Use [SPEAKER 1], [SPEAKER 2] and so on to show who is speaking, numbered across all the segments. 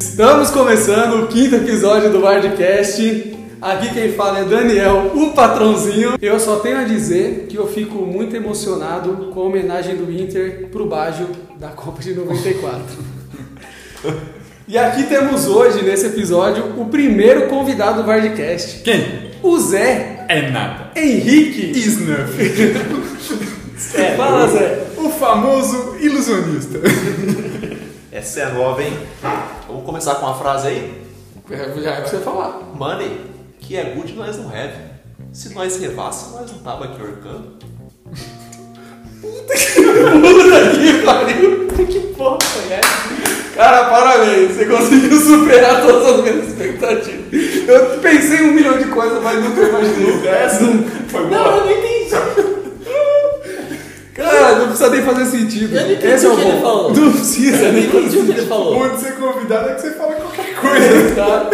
[SPEAKER 1] Estamos começando o quinto episódio do Bardcast. Aqui quem fala é Daniel, o patrãozinho. Eu só tenho a dizer que eu fico muito emocionado com a homenagem do Inter pro Baggio da Copa de 94. E aqui temos hoje, nesse episódio, o primeiro convidado do Bardcast,
[SPEAKER 2] Quem?
[SPEAKER 1] o Zé
[SPEAKER 2] É nada.
[SPEAKER 1] Henrique.
[SPEAKER 2] Snuff.
[SPEAKER 1] É, fala, Zé.
[SPEAKER 2] O famoso ilusionista.
[SPEAKER 3] Essa é nova, hein? Vamos começar com uma frase aí.
[SPEAKER 1] É, Já é pra você falar.
[SPEAKER 3] Money, que é good, nós não have. Se nós revasse, nós não tava aqui orcando.
[SPEAKER 1] Puta que pariu! Que porra é Cara, parabéns! Você conseguiu superar todas as minhas expectativas. Eu pensei em um milhão de coisas, mas nunca imaginou essa.
[SPEAKER 2] Foi
[SPEAKER 4] Não, eu não entendi.
[SPEAKER 1] Cara, não precisa nem fazer sentido.
[SPEAKER 4] Eu não entendi
[SPEAKER 1] Esse é
[SPEAKER 4] o que
[SPEAKER 1] bom.
[SPEAKER 4] ele falou.
[SPEAKER 1] Não precisa
[SPEAKER 4] Eu não
[SPEAKER 1] nem
[SPEAKER 4] entendi o que ele falou.
[SPEAKER 2] Onde ser convidado é que você fala qualquer coisa.
[SPEAKER 1] Tá?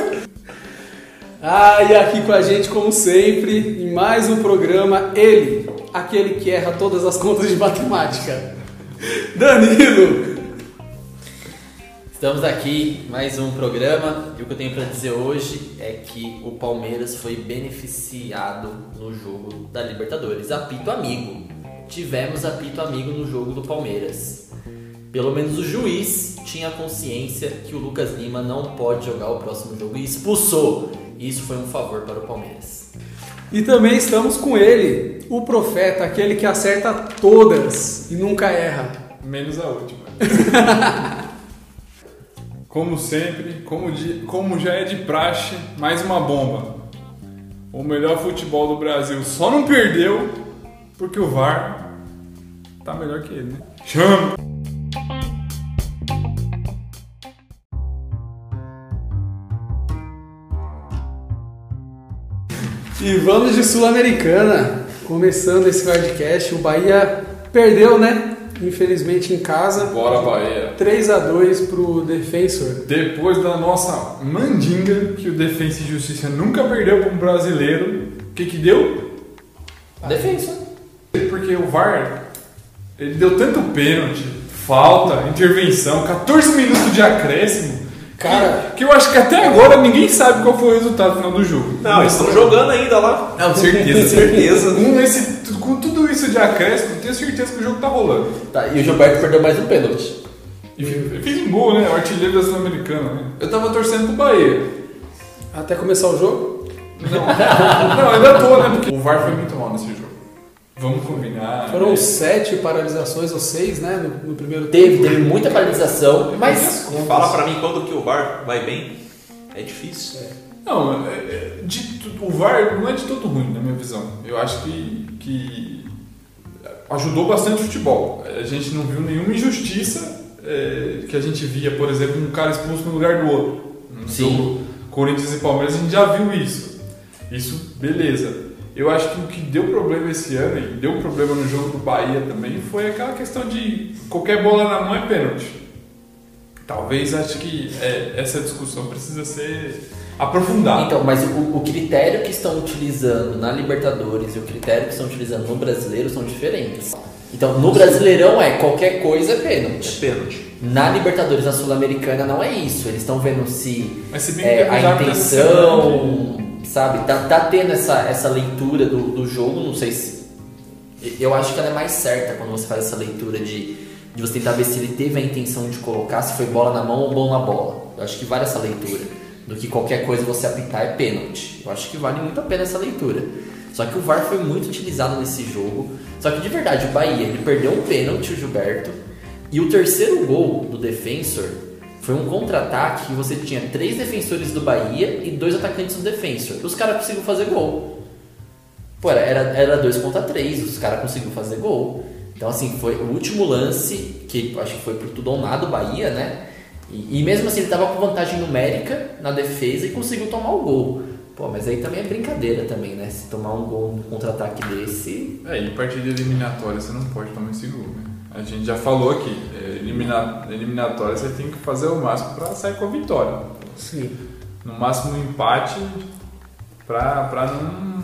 [SPEAKER 1] Ah, e aqui com a gente, como sempre, em mais um programa, ele, aquele que erra todas as contas de matemática. Danilo!
[SPEAKER 4] Estamos aqui, mais um programa. E o que eu tenho pra dizer hoje é que o Palmeiras foi beneficiado no jogo da Libertadores. Apito amigo. Tivemos apito amigo no jogo do Palmeiras. Pelo menos o juiz tinha consciência que o Lucas Lima não pode jogar o próximo jogo e expulsou. E isso foi um favor para o Palmeiras.
[SPEAKER 1] E também estamos com ele, o profeta, aquele que acerta todas e nunca erra.
[SPEAKER 2] Menos a última. Como sempre, como, de- como já é de praxe, mais uma bomba. O melhor futebol do Brasil só não perdeu porque o VAR tá melhor que ele, né? Chama!
[SPEAKER 1] E vamos de Sul-Americana, começando esse podcast. O Bahia perdeu, né? Infelizmente em casa.
[SPEAKER 2] Bora, Bahia!
[SPEAKER 1] 3 a 2 pro Defensor.
[SPEAKER 2] Depois da nossa mandinga, que o Defensa e Justiça nunca perdeu para um brasileiro, o que que deu?
[SPEAKER 4] Defensa.
[SPEAKER 2] Porque o VAR, ele deu tanto pênalti, falta, intervenção, 14 minutos de acréscimo,
[SPEAKER 1] Cara.
[SPEAKER 2] que, que eu acho que até agora ninguém sabe qual foi o resultado final do jogo.
[SPEAKER 3] Não, eles estão jogando ainda lá.
[SPEAKER 2] Não, certeza,
[SPEAKER 3] certeza.
[SPEAKER 2] Com, esse, com tudo isso de acréscimo, tenho certeza que o jogo tá rolando.
[SPEAKER 4] Tá, e o Gilberto perdeu mais um pênalti.
[SPEAKER 2] E fi- fez um gol, né? O artilheiro da Sul-Americana, né? Eu tava torcendo pro Bahia.
[SPEAKER 1] Até começar o jogo?
[SPEAKER 2] Não, não, ainda tô, né? Porque o VAR foi muito mal nesse jogo. Vamos combinar. É
[SPEAKER 1] Foram sete paralisações ou seis, né? No, no primeiro
[SPEAKER 4] Teve,
[SPEAKER 1] tempo.
[SPEAKER 4] teve muita paralisação, mas
[SPEAKER 3] E fala pra mim quando que o bar vai bem. É difícil.
[SPEAKER 2] Não, é- é- de tu- o VAR não é de todo ruim, na minha visão. Eu acho que, que ajudou bastante o futebol. A gente não viu nenhuma injustiça é, que a gente via, por exemplo, um cara expulso no lugar do outro. No
[SPEAKER 4] Sim.
[SPEAKER 2] jogo Corinthians e Palmeiras, a gente já viu isso. Isso, beleza. Eu acho que o que deu problema esse ano, e deu problema no jogo do Bahia também, foi aquela questão de qualquer bola na mão é pênalti. Talvez acho que é, essa discussão precisa ser aprofundada.
[SPEAKER 4] Então, mas o, o critério que estão utilizando na Libertadores e o critério que estão utilizando no Brasileiro são diferentes. Então, no Brasileirão é qualquer coisa é
[SPEAKER 3] É
[SPEAKER 4] pênalti.
[SPEAKER 3] pênalti.
[SPEAKER 4] Na Libertadores, na Sul-Americana, não é isso. Eles estão vendo se
[SPEAKER 2] Mas se bem que
[SPEAKER 4] é,
[SPEAKER 2] teve já tá
[SPEAKER 4] a
[SPEAKER 2] muita
[SPEAKER 4] intenção, sabe? Tá, tá tendo essa, essa leitura do, do jogo, não sei se. Eu acho que ela é mais certa quando você faz essa leitura de, de você tentar ver se ele teve a intenção de colocar, se foi bola na mão ou bola na bola. Eu acho que vale essa leitura. Do que qualquer coisa você apitar é pênalti. Eu acho que vale muito a pena essa leitura. Só que o VAR foi muito utilizado nesse jogo. Só que de verdade, o Bahia, ele perdeu um pênalti, o Gilberto. E o terceiro gol do Defensor foi um contra-ataque que você tinha três defensores do Bahia e dois atacantes do Defensor. Os caras conseguiram fazer gol. Pô, era- era, era dois contra três, os caras conseguiram fazer gol. Então, assim, foi o último lance, que acho que foi pro tudo ou nada o Bahia, né? E, e mesmo assim, ele tava com vantagem numérica na defesa e conseguiu tomar o gol. Pô, mas aí também é brincadeira também, né? Se tomar um gol, um contra-ataque desse,
[SPEAKER 2] É, e partida eliminatória você não pode tomar esse gol, né? A gente já falou aqui, é, elimina- eliminatória você tem que fazer o máximo pra sair com a vitória.
[SPEAKER 1] Sim.
[SPEAKER 2] No máximo um empate pra, pra não.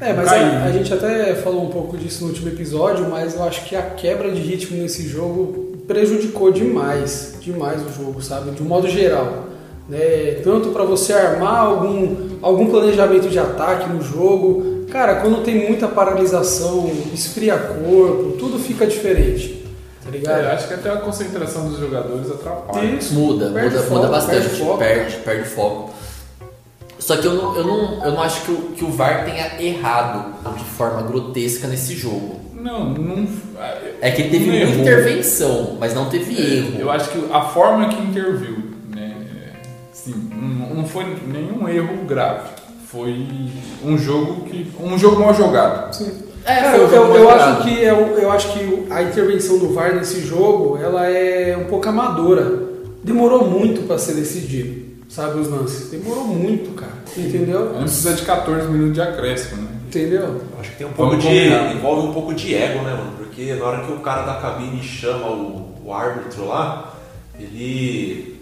[SPEAKER 1] É, mas
[SPEAKER 2] Caiu.
[SPEAKER 1] a, a gente até falou um pouco disso no último episódio, mas eu acho que a quebra de ritmo nesse jogo prejudicou demais, demais o jogo, sabe? De um modo geral. Né? Tanto para você armar algum, algum planejamento de ataque no jogo. Cara, quando tem muita paralisação, esfria corpo, tudo fica diferente. Tá ligado?
[SPEAKER 2] Eu É, acho que até a concentração dos jogadores atrapalha.
[SPEAKER 1] Isso.
[SPEAKER 4] Muda,
[SPEAKER 1] Perde
[SPEAKER 4] muda,
[SPEAKER 1] foco,
[SPEAKER 4] muda
[SPEAKER 1] perde
[SPEAKER 4] bastante,
[SPEAKER 1] foco. né?
[SPEAKER 4] perde, perde foco. Só que eu não, eu não, eu não acho que o, que o VAR tenha errado de forma grotesca nesse jogo.
[SPEAKER 2] Não, não. ah, eu-
[SPEAKER 4] É que ele teve
[SPEAKER 2] Não
[SPEAKER 4] muita
[SPEAKER 2] errou. É,
[SPEAKER 4] intervenção, mas não teve erro.
[SPEAKER 2] Eu acho que a forma que interviu, né? é, Sim, não não foi nenhum erro grave. Foi um jogo que. um jogo mal jogado.
[SPEAKER 1] Sim.
[SPEAKER 4] É,
[SPEAKER 1] Cara,
[SPEAKER 4] foi
[SPEAKER 1] eu,
[SPEAKER 4] um jogo
[SPEAKER 1] eu- eu
[SPEAKER 4] mal
[SPEAKER 1] acho
[SPEAKER 4] jogado.
[SPEAKER 1] que é o- eu acho que o- a intervenção do VAR nesse jogo ela é um pouco amadora. Demorou muito pra ser decidido, sabe os lances? Demorou muito, cara. Entendeu?
[SPEAKER 2] Não precisa é de 14 minutos de acréscimo, né?
[SPEAKER 1] Entendeu?
[SPEAKER 3] Acho que tem um pouco
[SPEAKER 2] Vamos
[SPEAKER 3] de.
[SPEAKER 2] combinar.
[SPEAKER 3] envolve um pouco de ego, né, mano? Porque na hora que o cara da cabine chama o, o árbitro lá, ele.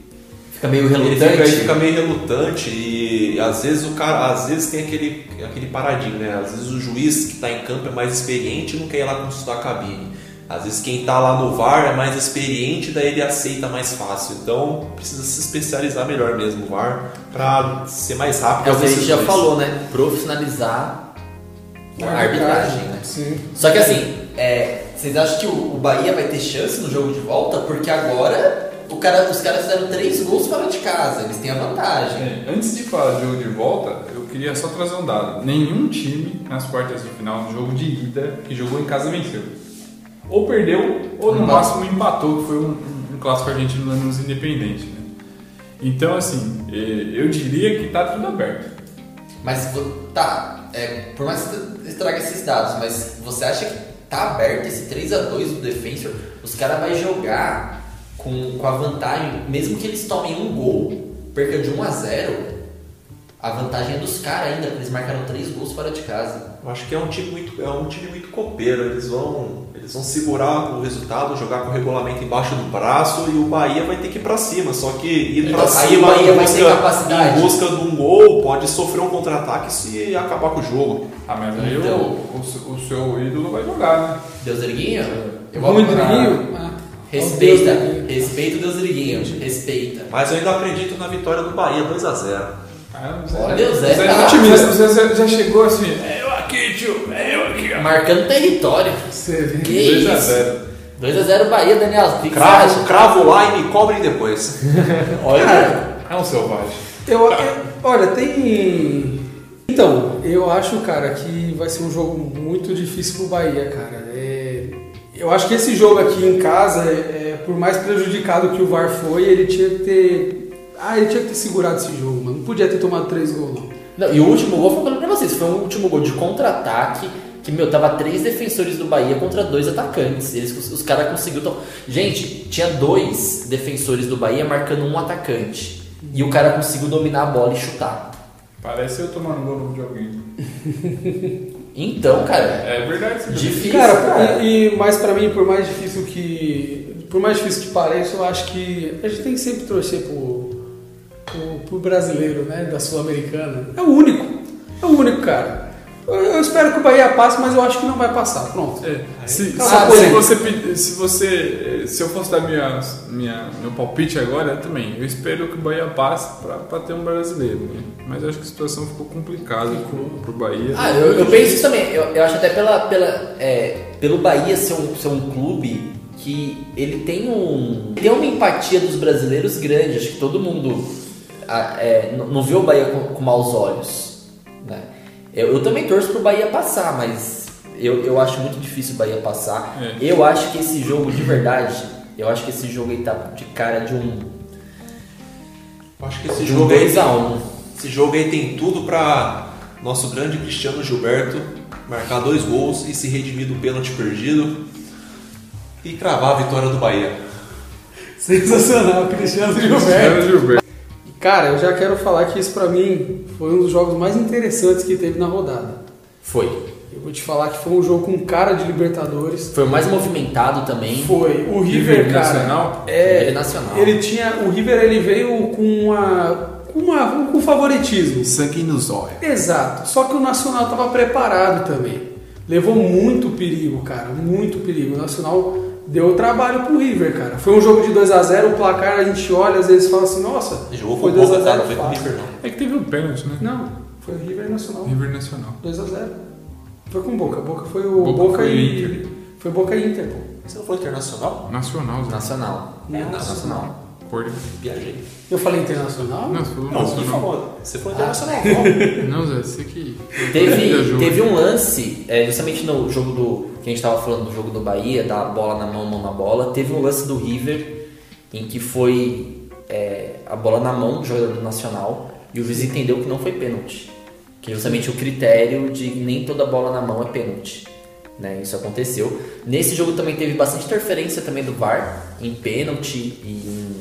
[SPEAKER 4] Fica meio
[SPEAKER 3] Ele fica, ele fica
[SPEAKER 4] relutante.
[SPEAKER 3] meio relutante e às vezes o cara. Às vezes tem aquele, aquele paradinho, né? Às vezes o juiz que tá em campo é mais experiente e não quer ir lá consultar a cabine. Às vezes quem tá lá no VAR é mais experiente, daí ele aceita mais fácil. Então precisa se especializar melhor mesmo o VAR pra ser mais rápido.
[SPEAKER 4] É o que a gente já
[SPEAKER 3] decisões.
[SPEAKER 4] falou, né? Profissionalizar
[SPEAKER 1] É
[SPEAKER 4] a arbitragem, né?
[SPEAKER 1] Sim.
[SPEAKER 4] Só que assim, é, vocês acham que o, o Bahia vai ter chance no jogo de volta? Porque agora o cara- os caras fizeram três gols fora de casa, eles têm a vantagem.
[SPEAKER 2] É, antes de falar de jogo de volta, eu queria só trazer um dado. Nenhum time nas quartas de final do jogo de ida que jogou em casa venceu. Ou perdeu, ou no
[SPEAKER 4] Empate.
[SPEAKER 2] máximo empatou, que foi um, um clássico argentino lá nos Independente. Né? Então, assim, eh, eu diria que tá tudo aberto.
[SPEAKER 4] Mas vo- tá, é, por mais que você estrague esses dados, mas você acha que tá aberto esse 3x2 do Defensor? Os caras vão jogar com, com a vantagem, mesmo que eles tomem um gol, perca de 1x0, a vantagem é dos caras ainda, porque eles marcaram três gols fora de casa.
[SPEAKER 3] Eu acho que é um time muito, é um time muito copeiro. Eles vão, eles vão segurar o resultado, jogar com o regulamento embaixo do braço e o Bahia vai ter que ir pra cima. Só que ir
[SPEAKER 4] Então,
[SPEAKER 3] pra
[SPEAKER 4] aí
[SPEAKER 3] cima
[SPEAKER 4] o Bahia
[SPEAKER 3] em
[SPEAKER 4] vai
[SPEAKER 3] busca,
[SPEAKER 4] ter capacidade.
[SPEAKER 3] em busca de um gol pode sofrer um contra-ataque se acabar com o jogo.
[SPEAKER 2] Ah, mas aí o-
[SPEAKER 4] Então.
[SPEAKER 2] o, se- o seu ídolo vai jogar, né?
[SPEAKER 4] Deus Erguinho? Eu vou
[SPEAKER 1] Muito
[SPEAKER 4] procurar.
[SPEAKER 1] brilho. Ah,
[SPEAKER 4] Respeita,
[SPEAKER 1] meu Deus, Erguinho.
[SPEAKER 4] respeita o Deus Erguinho, respeita.
[SPEAKER 3] Mas eu ainda acredito na vitória do Bahia 2 a 0
[SPEAKER 2] Ah,
[SPEAKER 4] Olha, o Zé
[SPEAKER 2] é
[SPEAKER 4] tá-
[SPEAKER 2] otimista. O Zé- Zé já chegou assim, é eu aqui, tio, é eu aqui. ó."
[SPEAKER 4] Marcando território.
[SPEAKER 1] Você vê.
[SPEAKER 4] Que
[SPEAKER 2] 2 a
[SPEAKER 4] isso?
[SPEAKER 2] 0.
[SPEAKER 4] 2x0 Bahia, Daniel. O que que você
[SPEAKER 3] Cravo,
[SPEAKER 4] acha?
[SPEAKER 3] cravo lá e me cobrem depois.
[SPEAKER 4] Olha,
[SPEAKER 2] É um selvagem.
[SPEAKER 1] Eu, eu- olha, tem. Então, eu acho, cara, que vai ser um jogo muito difícil pro Bahia, cara. É, Eu acho que esse jogo aqui em casa, é, é, por mais prejudicado que o VAR foi, ele tinha que ter. Ah, ele tinha que ter segurado esse jogo, mano. Não podia ter tomado três gols, não.
[SPEAKER 4] Não, e o último gol, falando pra vocês, foi um último gol de contra-ataque. Que, meu, tava três defensores do Bahia contra dois atacantes. Eles, os os caras conseguiram. tom- Gente, tinha dois defensores do Bahia marcando um atacante. E o cara conseguiu dominar a bola e chutar.
[SPEAKER 2] Parece eu tomando gol de alguém.
[SPEAKER 4] Então, cara,
[SPEAKER 2] É verdade. isso daí.
[SPEAKER 4] difícil.
[SPEAKER 1] Cara,
[SPEAKER 4] cara.
[SPEAKER 1] E, e- mas pra mim, por mais difícil que. Por mais difícil que pareça, eu acho que a gente tem que sempre torcer pro, pro, pro brasileiro, né? Da Sul-Americana. É o único. É o único, cara. Eu, eu espero que o Bahia passe, mas eu acho que não vai passar. Pronto.
[SPEAKER 2] É, se, se,
[SPEAKER 1] Cala a
[SPEAKER 2] se
[SPEAKER 1] boca.
[SPEAKER 2] você, pe- se você eh, se eu fosse dar minha, minha, meu palpite agora eu também eu espero que o Bahia passe para ter um brasileiro né? mas eu acho que a situação ficou complicada pro, pro Bahia
[SPEAKER 4] Ah, eu, eu penso isso também. Eu, eu acho até pela, pela, é, pelo Bahia ser um, ser um clube que ele tem um. Tem uma empatia dos brasileiros grande. Acho que todo mundo ah, é, n- não vê o Bahia com, com maus olhos. né? Eu, eu também torço pro Bahia passar, mas eu, eu acho muito difícil o Bahia passar.
[SPEAKER 2] É.
[SPEAKER 4] Eu acho que esse jogo, de verdade, eu acho que esse jogo aí tá de cara de um.
[SPEAKER 3] Eu acho que esse
[SPEAKER 4] De um
[SPEAKER 3] jogo aí,
[SPEAKER 4] 2x1.
[SPEAKER 3] esse jogo aí tem tudo pra nosso grande Cristiano Gilberto marcar dois gols e se redimir do pênalti perdido e cravar a vitória do Bahia.
[SPEAKER 1] Sensacional, Cristiano Gilberto.
[SPEAKER 2] Era o Gilberto.
[SPEAKER 1] Cara, eu já quero falar que isso pra mim foi um dos jogos mais interessantes que teve na rodada.
[SPEAKER 4] Foi.
[SPEAKER 1] Eu vou te falar que foi um jogo com cara de Libertadores.
[SPEAKER 4] Foi o mais movimentado também.
[SPEAKER 1] Foi. O River,
[SPEAKER 2] River
[SPEAKER 1] cara.
[SPEAKER 2] Nacional?
[SPEAKER 1] É,
[SPEAKER 4] River Nacional.
[SPEAKER 1] Ele tinha. O River ele veio com uma. com uma. com favoritismo.
[SPEAKER 3] Sangue nos olhos.
[SPEAKER 1] Exato. Só que o Nacional estava preparado também. Levou muito perigo, cara. Muito perigo. O Nacional deu trabalho pro River, cara. Foi um jogo de 2 a 0 o placar a gente olha, às vezes fala assim, nossa,
[SPEAKER 3] Jogou com
[SPEAKER 1] foi
[SPEAKER 3] o
[SPEAKER 1] 2 a
[SPEAKER 3] Boca, tá?
[SPEAKER 1] 0
[SPEAKER 3] Não foi com o River, não.
[SPEAKER 2] É que teve um pênalti, né?
[SPEAKER 1] Não, foi o River Nacional.
[SPEAKER 2] River Nacional.
[SPEAKER 1] 2 a 0 Foi com o Boca. Boca foi o
[SPEAKER 2] Boca
[SPEAKER 1] Boca,
[SPEAKER 2] foi
[SPEAKER 1] e.
[SPEAKER 2] Inter.
[SPEAKER 1] Foi Boca e Inter, pô.
[SPEAKER 3] Você não foi internacional?
[SPEAKER 2] Nacional, Zé.
[SPEAKER 4] Nacional. É,
[SPEAKER 1] Nossa.
[SPEAKER 4] nacional.
[SPEAKER 2] Por...
[SPEAKER 3] Viajei.
[SPEAKER 1] Eu falei internacional?
[SPEAKER 2] Não, você falou
[SPEAKER 3] Não, Ah. você
[SPEAKER 2] Nacional.
[SPEAKER 3] falou. Você foi internacional, não.
[SPEAKER 2] Não, Zé, você que.
[SPEAKER 4] Teve,
[SPEAKER 2] Viajou.
[SPEAKER 4] teve um lance, é, justamente no jogo do. Que a gente tava falando do jogo do Bahia, da bola na mão, mão na bola. Teve um lance do River em que foi é, a bola na mão do jogador do Nacional e o juiz entendeu que não foi pênalti. Que é justamente o critério de nem toda bola na mão é pênalti. Né? Isso aconteceu. Nesse jogo também teve bastante interferência também do VAR em pênalti e em.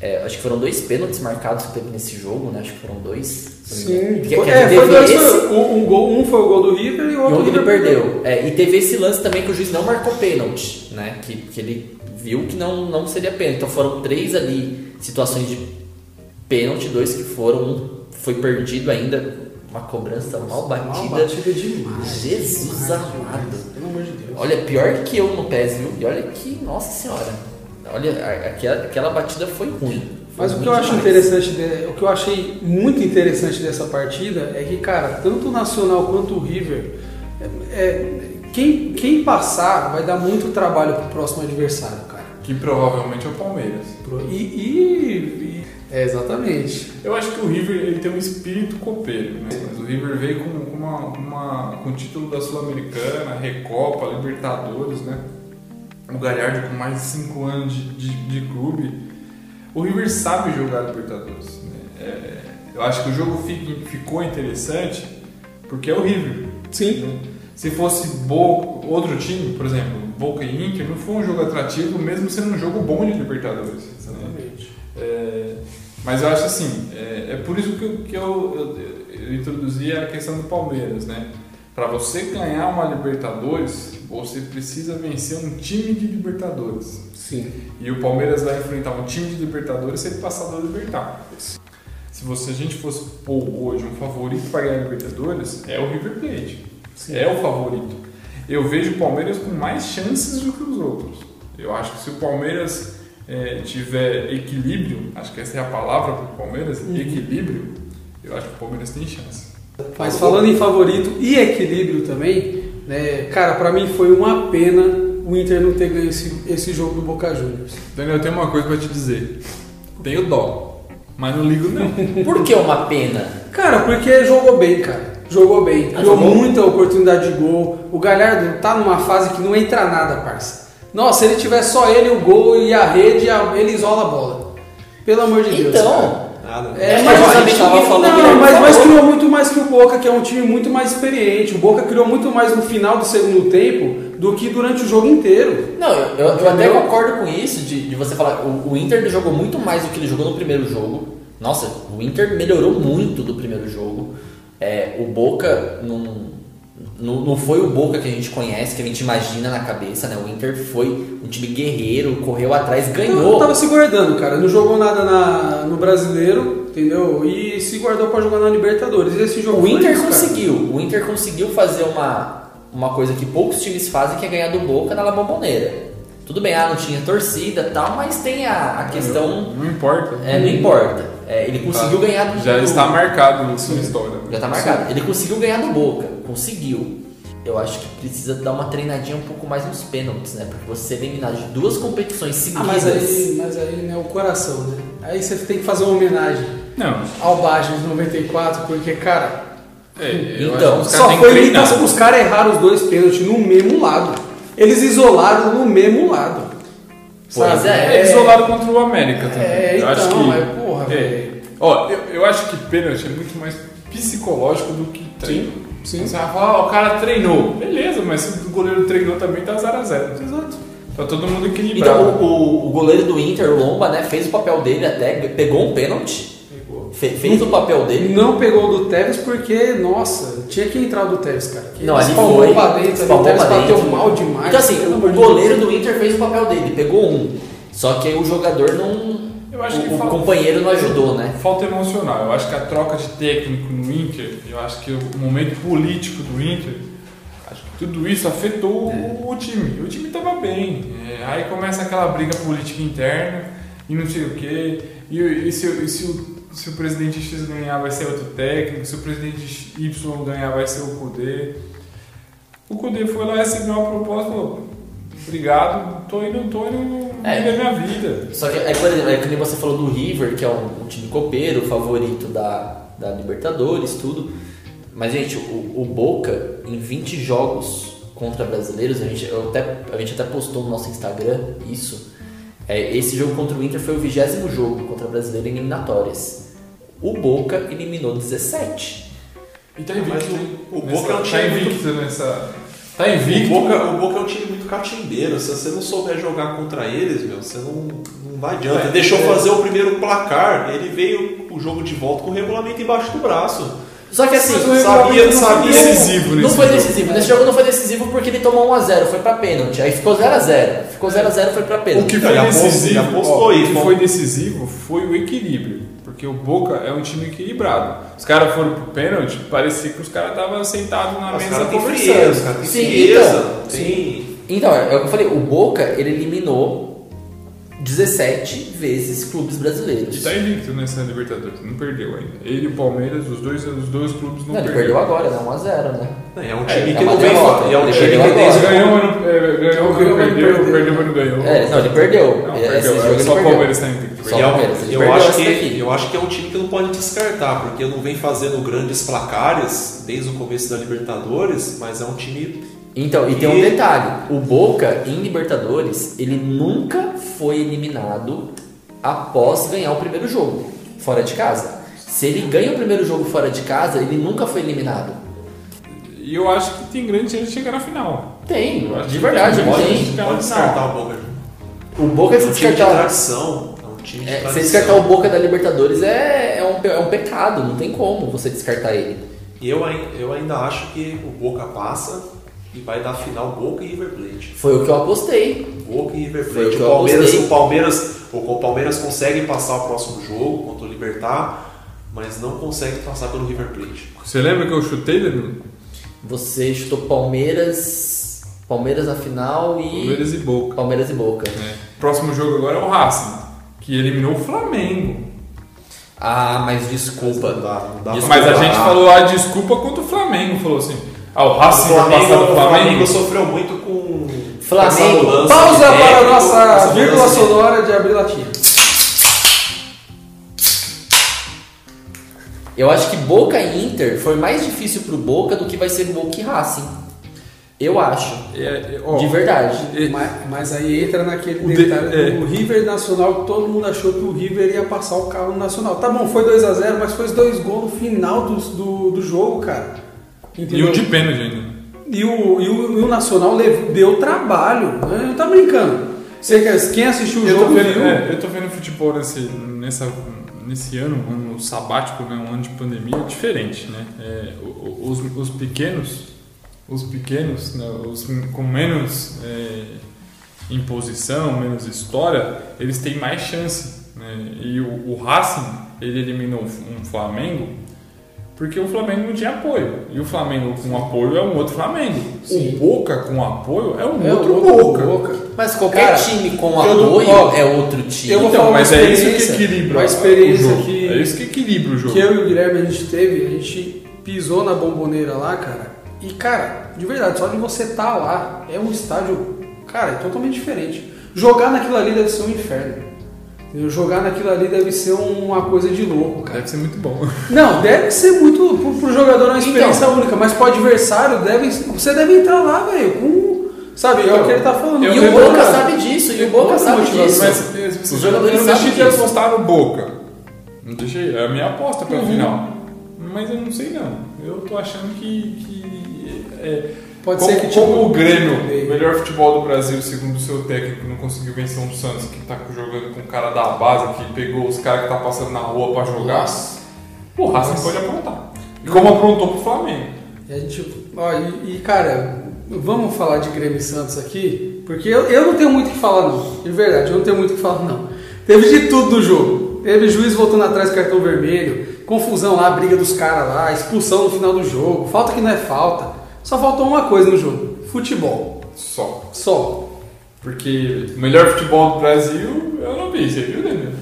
[SPEAKER 4] é, acho que foram dois pênaltis marcados que teve nesse jogo, né? Acho que foram dois. se não me engano.
[SPEAKER 1] Sim.
[SPEAKER 4] Porque-
[SPEAKER 1] Foi-
[SPEAKER 4] que
[SPEAKER 1] é, foi
[SPEAKER 4] teve
[SPEAKER 1] dois.
[SPEAKER 4] esse-
[SPEAKER 1] foi- Um, um gol, um foi o gol do River e o
[SPEAKER 4] e
[SPEAKER 1] outro
[SPEAKER 4] onde ele
[SPEAKER 1] do
[SPEAKER 4] perdeu. É, e teve esse lance também que o juiz não marcou pênalti, né? Que, que ele viu que não, não seria pênalti. Então foram três ali situações de pênalti, dois que foram, um foi perdido ainda, uma cobrança mal batida.
[SPEAKER 1] Mal batida demais.
[SPEAKER 4] Jesus amado.
[SPEAKER 1] Pelo amor de Deus.
[SPEAKER 4] Olha, pior que eu no PES, viu? E olha que, nossa senhora. Olha, a- aquela, aquela batida foi ruim. Foi
[SPEAKER 1] Mas o que
[SPEAKER 4] ruim
[SPEAKER 1] eu acho
[SPEAKER 4] demais.
[SPEAKER 1] interessante, de- o que eu achei muito interessante dessa partida é que, cara, tanto o Nacional quanto o River, é- é- quem, quem passar vai dar muito trabalho pro próximo adversário, cara.
[SPEAKER 2] Que provavelmente é o Palmeiras.
[SPEAKER 1] Pro- E, e- e- é, exatamente.
[SPEAKER 2] Eu acho que o River ele tem um espírito copeiro, né? Mas o River veio com, com uma, uma- com o título da Sul-Americana, Recopa, Libertadores, né? O Galhardo com mais de 5 anos de, de- de clube. O River sabe jogar Libertadores. né? É, eu acho que o jogo fica- ficou interessante porque é o River.
[SPEAKER 1] Sim.
[SPEAKER 2] né? Se fosse Bo- outro time, por exemplo, Boca e Inter, não foi um jogo atrativo, mesmo sendo um jogo bom de Libertadores. né?
[SPEAKER 1] Exatamente.
[SPEAKER 2] É, mas eu acho assim, é, é por isso que, eu, que eu, eu- eu introduzi a questão do Palmeiras, né? Para você ganhar uma Libertadores, você precisa vencer um time de Libertadores.
[SPEAKER 1] Sim.
[SPEAKER 2] E o Palmeiras vai enfrentar um time de Libertadores se ele passar da Libertadores. Se você, a gente fosse pôr hoje um favorito para ganhar a Libertadores, é o River Plate. É o favorito. Eu vejo o Palmeiras com mais chances do que os outros. Eu acho que se o Palmeiras eh, tiver equilíbrio, acho que essa é a palavra para o Palmeiras,
[SPEAKER 1] Uhum.
[SPEAKER 2] equilíbrio, eu acho que o Palmeiras tem chance.
[SPEAKER 1] Mas falando em favorito e equilíbrio também, né, cara, pra mim foi uma pena o Inter não ter ganho esse, esse jogo do Boca Juniors.
[SPEAKER 2] Daniel, eu tenho uma coisa para te dizer. Tenho dó, mas não ligo não.
[SPEAKER 4] Por que uma pena?
[SPEAKER 1] Cara, porque jogou bem, cara. Jogou bem.
[SPEAKER 4] Ah,
[SPEAKER 1] Criou
[SPEAKER 4] jogou?
[SPEAKER 1] muita oportunidade de gol. O Galhardo tá numa fase que não entra nada, parça. Nossa, se ele tiver só ele, o gol e a rede, a- ele isola a bola. Pelo amor de Deus. cara.
[SPEAKER 4] Então,
[SPEAKER 3] Nada. né? não.
[SPEAKER 1] É,
[SPEAKER 4] É,
[SPEAKER 1] mas,
[SPEAKER 4] mas
[SPEAKER 1] a
[SPEAKER 4] sabe
[SPEAKER 1] gente
[SPEAKER 4] que
[SPEAKER 1] tava
[SPEAKER 4] ninguém-
[SPEAKER 1] falando,
[SPEAKER 4] não,
[SPEAKER 1] não,
[SPEAKER 4] ninguém
[SPEAKER 1] mas, mas
[SPEAKER 4] falou.
[SPEAKER 1] criou muito mais que o Boca, que é um time muito mais experiente. O Boca criou muito mais no final do segundo tempo do que durante o jogo inteiro.
[SPEAKER 4] Não, eu, eu- eu até
[SPEAKER 1] Entendeu?
[SPEAKER 4] concordo com isso, de, de você falar, o, o Inter jogou muito mais do que ele jogou no primeiro jogo. Nossa, o Inter melhorou muito do primeiro jogo. É, o Boca não, não, não foi o Boca que a gente conhece, que a gente imagina na cabeça, né? O Inter foi um time guerreiro, correu atrás,
[SPEAKER 1] Então,
[SPEAKER 4] ganhou.
[SPEAKER 1] tava se guardando, cara. Não jogou nada na- no brasileiro, entendeu? E se guardou pra jogar na Libertadores. E esse jogo
[SPEAKER 4] O
[SPEAKER 1] foi
[SPEAKER 4] Inter
[SPEAKER 1] isso, cara.
[SPEAKER 4] conseguiu, o Inter conseguiu fazer uma, uma coisa que poucos times fazem, que é ganhar do Boca na La Bombonera. Tudo bem, ah, não tinha torcida e tal, mas tem a, a questão...
[SPEAKER 2] Não importa.
[SPEAKER 4] É, não importa. É, ele conseguiu ganhar do
[SPEAKER 2] Tá. Já
[SPEAKER 4] do-
[SPEAKER 2] está marcado na sua história.
[SPEAKER 4] Já tá marcado. Ele conseguiu ganhar do Boca. Conseguiu. Eu acho que precisa dar uma treinadinha um pouco mais nos pênaltis, né? Porque você ser eliminado de duas competições
[SPEAKER 1] Ah,
[SPEAKER 4] seguidas.
[SPEAKER 1] mas aí, mas aí né, o coração, né? Aí você tem que fazer uma homenagem
[SPEAKER 2] Não,
[SPEAKER 1] ao Bagens 94, porque, cara,
[SPEAKER 2] é, eu
[SPEAKER 4] Então,
[SPEAKER 2] acho que os caras
[SPEAKER 1] só
[SPEAKER 2] têm que
[SPEAKER 1] foi
[SPEAKER 2] treinar.
[SPEAKER 1] limitação. Os caras erraram os dois pênaltis no mesmo lado. Eles isolaram no mesmo lado.
[SPEAKER 4] Pois
[SPEAKER 1] Sabe?
[SPEAKER 4] é.
[SPEAKER 2] É isolado contra o América também.
[SPEAKER 1] É,
[SPEAKER 2] eu acho
[SPEAKER 1] então,
[SPEAKER 2] que,
[SPEAKER 1] mas porra,
[SPEAKER 2] é.
[SPEAKER 1] velho.
[SPEAKER 2] Ó, eu, eu acho que pênalti é muito mais psicológico do que
[SPEAKER 4] Tá
[SPEAKER 2] treino.
[SPEAKER 1] sim.
[SPEAKER 2] Você vai falar, ó, o cara treinou. Beleza, mas se o goleiro treinou também tá 0x0. Exato. Tá todo mundo equilibrado.
[SPEAKER 4] Então, o, o- o goleiro do Inter, o Lomba, né? Fez o papel dele até, pegou um pênalti. fe- fez o papel
[SPEAKER 1] Ele
[SPEAKER 4] dele.
[SPEAKER 1] não pegou o do Tevez porque, nossa, tinha que entrar o do Tevez, cara. Que
[SPEAKER 4] Não, ali
[SPEAKER 1] espalmou
[SPEAKER 4] foi.
[SPEAKER 1] pra dentro, ali, o
[SPEAKER 4] espalmou
[SPEAKER 1] Tevez
[SPEAKER 4] pra
[SPEAKER 1] bateu
[SPEAKER 4] dentro.
[SPEAKER 1] mal demais.
[SPEAKER 4] Então, assim,
[SPEAKER 1] pelo
[SPEAKER 4] o
[SPEAKER 1] amor de
[SPEAKER 4] goleiro do Inter fez o papel dele, pegou um. Só que aí o jogador não.
[SPEAKER 2] Eu acho
[SPEAKER 4] o-
[SPEAKER 2] que
[SPEAKER 4] o
[SPEAKER 2] falta-
[SPEAKER 4] companheiro não ajudou, né?
[SPEAKER 2] Falta emocional. Eu acho que a troca de técnico no Inter, eu acho que o momento político do Inter, acho que Tudo isso afetou o-
[SPEAKER 3] É.
[SPEAKER 2] o time. O time tava bem. É, aí começa aquela briga política interna e não sei o quê. E, e se, e se o, se o presidente X ganhar, vai ser outro técnico. Se o presidente Y ganhar, vai ser o Kudê. O Kudê foi lá e assinou a proposta falou: Obrigado, tô indo, tô indo,
[SPEAKER 4] É.
[SPEAKER 2] viver minha vida.
[SPEAKER 4] Só que, aí, por exemplo, é que nem você falou do River, que é um, um time copeiro, favorito da, da Libertadores, tudo. Mas, gente, o, o Boca, em 20 jogos contra brasileiros, a gente, eu até, a gente até postou no nosso Instagram isso. É, esse jogo contra o Inter foi o vigésimo jogo contra brasileiro em eliminatórias. O Boca eliminou 17.
[SPEAKER 2] E tá
[SPEAKER 3] Ah, Mas
[SPEAKER 2] invicto.
[SPEAKER 3] o- o
[SPEAKER 2] nessa-
[SPEAKER 3] Boca é um
[SPEAKER 2] Tá
[SPEAKER 3] time muito-
[SPEAKER 2] invicto nessa. Tá
[SPEAKER 3] O
[SPEAKER 2] invicto.
[SPEAKER 3] Boca, o Boca é um time muito catimbeiro. Se você não souber jogar contra eles, meu, você não, não vai adianta.
[SPEAKER 2] É,
[SPEAKER 3] Ele Deixou
[SPEAKER 2] é.
[SPEAKER 3] fazer o primeiro placar, ele veio o jogo de volta com o regulamento embaixo do braço.
[SPEAKER 4] Só que assim,
[SPEAKER 3] Mas o
[SPEAKER 4] sabe,
[SPEAKER 3] regulamento
[SPEAKER 2] não
[SPEAKER 3] sabia,
[SPEAKER 2] foi
[SPEAKER 3] sabia
[SPEAKER 2] decisivo né?
[SPEAKER 4] Não
[SPEAKER 2] nesse
[SPEAKER 4] foi
[SPEAKER 2] jogo.
[SPEAKER 4] decisivo. Nesse jogo não foi decisivo porque ele tomou 1x0, foi pra pênalti. Aí ficou 0x0. Ficou 0x0, foi pra pênalti.
[SPEAKER 2] O que
[SPEAKER 3] Ele
[SPEAKER 2] foi
[SPEAKER 3] apostou,
[SPEAKER 2] decisivo,
[SPEAKER 3] ele apostou
[SPEAKER 2] ó,
[SPEAKER 3] aí,
[SPEAKER 2] o que
[SPEAKER 3] bom.
[SPEAKER 2] foi decisivo foi o equilíbrio, porque o Boca é um time equilibrado. Os caras foram pro pênalti, parecia que os caras estavam sentados na
[SPEAKER 3] Os
[SPEAKER 2] mesa
[SPEAKER 3] caras têm
[SPEAKER 2] conversando.
[SPEAKER 3] frieza, os caras têm
[SPEAKER 4] é Sim,
[SPEAKER 3] frieza.
[SPEAKER 4] então,
[SPEAKER 3] Tem...
[SPEAKER 4] Então, é é o que eu falei, o Boca ele eliminou 17 vezes clubes brasileiros.
[SPEAKER 2] E
[SPEAKER 3] Então,
[SPEAKER 2] tá invicto nessa Libertadores, não perdeu ainda. Ele e o Palmeiras, os dois, os dois clubes não,
[SPEAKER 4] Não, ele perdeu agora, né? 1x0, né?
[SPEAKER 3] É um
[SPEAKER 2] É,
[SPEAKER 3] time
[SPEAKER 2] é
[SPEAKER 3] que
[SPEAKER 4] uma
[SPEAKER 3] não vem
[SPEAKER 4] derrota.
[SPEAKER 3] fácil. É um
[SPEAKER 4] Ele
[SPEAKER 3] time que
[SPEAKER 4] perdeu
[SPEAKER 3] desde
[SPEAKER 4] agora.
[SPEAKER 2] Ganhou, mas não, é,
[SPEAKER 1] Ganhou,
[SPEAKER 2] ganhou, ganhou,
[SPEAKER 1] mas não
[SPEAKER 2] perdeu,
[SPEAKER 1] perdeu.
[SPEAKER 2] perdeu, mas não ganhou.
[SPEAKER 4] É, não, ele perdeu.
[SPEAKER 2] Não,
[SPEAKER 4] Esse
[SPEAKER 2] perdeu,
[SPEAKER 4] jogo
[SPEAKER 2] é
[SPEAKER 4] ele
[SPEAKER 2] só o
[SPEAKER 4] perdeu.
[SPEAKER 2] Palmeiras tá invicto.
[SPEAKER 4] Só
[SPEAKER 3] E
[SPEAKER 4] o
[SPEAKER 3] é um-
[SPEAKER 4] Palmeiras, ele
[SPEAKER 3] eu,
[SPEAKER 4] perdeu
[SPEAKER 3] acho
[SPEAKER 4] essa
[SPEAKER 3] que,
[SPEAKER 4] daqui.
[SPEAKER 3] eu acho que é um time que não pode descartar, porque não vem fazendo grandes placares desde o começo da Libertadores, mas é um time.
[SPEAKER 4] Então, e tem um
[SPEAKER 3] E-
[SPEAKER 4] detalhe: o Boca, em Libertadores, ele nunca foi eliminado após ganhar o primeiro jogo, fora de casa. Se ele ganha o primeiro jogo fora de casa, ele nunca foi eliminado.
[SPEAKER 2] E eu acho que tem grande chance de chegar na final.
[SPEAKER 4] Tem,
[SPEAKER 2] Eu acho
[SPEAKER 4] de
[SPEAKER 2] que
[SPEAKER 4] verdade,
[SPEAKER 2] tem,
[SPEAKER 4] ele
[SPEAKER 2] lógico.
[SPEAKER 4] tem.
[SPEAKER 2] Não,
[SPEAKER 3] Pode descartar o Boca.
[SPEAKER 4] O Boca,
[SPEAKER 3] É
[SPEAKER 4] se
[SPEAKER 3] um time de
[SPEAKER 4] descartar
[SPEAKER 3] tradição. É um time de
[SPEAKER 4] É,
[SPEAKER 3] tradição.
[SPEAKER 4] você descartar o Boca da Libertadores é, é, um, pe- é um pecado, não tem como você descartar ele.
[SPEAKER 3] E eu, ai- eu ainda acho que o Boca passa e vai dar final Boca e River Plate.
[SPEAKER 4] Foi o que eu apostei.
[SPEAKER 3] Boca e River
[SPEAKER 4] Foi o
[SPEAKER 3] Plate.
[SPEAKER 4] que
[SPEAKER 3] O
[SPEAKER 4] eu
[SPEAKER 3] Palmeiras,
[SPEAKER 4] apostei.
[SPEAKER 3] o Palmeiras, o Palmeiras consegue passar o próximo jogo contra o Libertar, mas não consegue passar pelo River Plate.
[SPEAKER 2] Você lembra que eu chutei, Danilo?
[SPEAKER 4] Você chutou Palmeiras, Palmeiras na final e Palmeiras,
[SPEAKER 2] Palmeiras e Boca.
[SPEAKER 4] e Boca.
[SPEAKER 2] né? Próximo jogo agora é o Racing, que eliminou o Flamengo.
[SPEAKER 4] Ah, mas
[SPEAKER 3] Não
[SPEAKER 4] desculpa.
[SPEAKER 3] dá, não dá
[SPEAKER 4] Isso,
[SPEAKER 3] pra
[SPEAKER 2] Mas a
[SPEAKER 3] comparar.
[SPEAKER 2] gente falou a desculpa contra o Flamengo, falou assim. Ah, o
[SPEAKER 3] O
[SPEAKER 2] Racing vai
[SPEAKER 3] Flamengo, é
[SPEAKER 2] passar do
[SPEAKER 3] o Flamengo
[SPEAKER 2] Flamengo.
[SPEAKER 3] sofreu muito com
[SPEAKER 4] Flamengo.
[SPEAKER 3] essa mudança de
[SPEAKER 1] Pausa para
[SPEAKER 3] técnico,
[SPEAKER 1] a
[SPEAKER 3] essa
[SPEAKER 1] nossa
[SPEAKER 3] mudança
[SPEAKER 1] vírgula
[SPEAKER 3] de-
[SPEAKER 1] sonora de Abril Latina.
[SPEAKER 4] Eu acho que Boca e Inter foi mais difícil pro Boca do que vai ser Boca e Racing. Eu acho.
[SPEAKER 2] É, é, ó,
[SPEAKER 4] de verdade.
[SPEAKER 2] E-
[SPEAKER 1] Mas, mas aí entra naquele
[SPEAKER 2] É. O de- é.
[SPEAKER 1] detalhe do River Nacional, que todo mundo achou que o River ia passar o carro no Nacional. Tá bom, foi 2x0, mas foi os dois gols no final do, do, do jogo, cara.
[SPEAKER 2] E
[SPEAKER 1] Entendeu?
[SPEAKER 2] o de pênalti ainda.
[SPEAKER 1] E o, e o, e o Nacional lev- deu trabalho. Né? Não tá brincando. Você, quer- quem assistiu o
[SPEAKER 2] Eu tô
[SPEAKER 1] jogo
[SPEAKER 2] vendo,
[SPEAKER 1] viu.
[SPEAKER 2] é, eu tô vendo futebol nesse, nessa, nesse ano, um ano sabático, né, um ano de pandemia, diferente, né? É, o- o- os, os pequenos, os pequenos, né, os com menos é, imposição, menos história, eles têm mais chance. Né? E o, o Racing, ele eliminou um Flamengo porque o Flamengo não tinha apoio. E o Flamengo com apoio é um outro Flamengo.
[SPEAKER 1] Sim.
[SPEAKER 2] O Boca com apoio é um
[SPEAKER 1] É,
[SPEAKER 2] outro, Boca.
[SPEAKER 4] Mas qualquer
[SPEAKER 1] Cara,
[SPEAKER 4] time com
[SPEAKER 1] eu não-
[SPEAKER 4] apoio
[SPEAKER 1] ó,
[SPEAKER 4] é outro time.
[SPEAKER 1] eu vou
[SPEAKER 2] Então,
[SPEAKER 1] falar uma
[SPEAKER 2] mas é isso que
[SPEAKER 1] experiência-
[SPEAKER 2] equilibra
[SPEAKER 1] uma experiência
[SPEAKER 2] o jogo.
[SPEAKER 1] que-
[SPEAKER 2] É isso que equilibra o jogo.
[SPEAKER 1] que eu e o Guilherme a gente teve, a gente pisou na bomboneira lá, cara. E, cara, de verdade, só de você estar lá, é um estádio, cara, é totalmente diferente. Jogar naquilo ali deve ser um inferno. entendeu? Jogar naquilo ali deve ser uma coisa de louco, cara.
[SPEAKER 2] Deve ser muito bom.
[SPEAKER 1] Não, deve ser muito. Pro, pro jogador é
[SPEAKER 2] Então.
[SPEAKER 1] uma experiência única, mas pro adversário deve. Você deve entrar lá, velho, com. Sabe, é o que ele tá falando.
[SPEAKER 2] Então, eu
[SPEAKER 4] E o
[SPEAKER 2] lembro-
[SPEAKER 4] Boca sabe disso, e o Boca sabe
[SPEAKER 1] motivado,
[SPEAKER 4] disso.
[SPEAKER 2] Mas mas,
[SPEAKER 4] Os
[SPEAKER 2] eu não
[SPEAKER 4] jogadores
[SPEAKER 2] deixei
[SPEAKER 4] sabem
[SPEAKER 2] de
[SPEAKER 4] disso.
[SPEAKER 2] apostar no Boca. Não deixei, é a minha aposta pra final. Mas eu não sei não. Eu tô achando que. que é,
[SPEAKER 1] Pode
[SPEAKER 2] como,
[SPEAKER 1] ser que tipo-
[SPEAKER 2] como o Grêmio,
[SPEAKER 1] Bem.
[SPEAKER 2] o melhor futebol do Brasil, segundo o seu técnico, não conseguiu vencer um Santos que tá jogando com o cara da base, que pegou os caras que tá passando na rua pra jogar. O Racing pode aprontar. E como aprontou pro Flamengo.
[SPEAKER 1] E a gente, ó, e, e, cara, vamos falar de Grêmio e Santos aqui, porque eu, eu não tenho muito o que falar não, de verdade, eu não tenho muito o que falar não. Teve de tudo do jogo, teve juiz voltando atrás do cartão vermelho, confusão lá, briga dos caras lá, expulsão no final do jogo, falta que não é falta, Só faltou uma coisa no jogo: futebol.
[SPEAKER 2] Só.
[SPEAKER 1] Só.
[SPEAKER 2] Porque o melhor futebol do Brasil eu não vi, você viu, Daniel?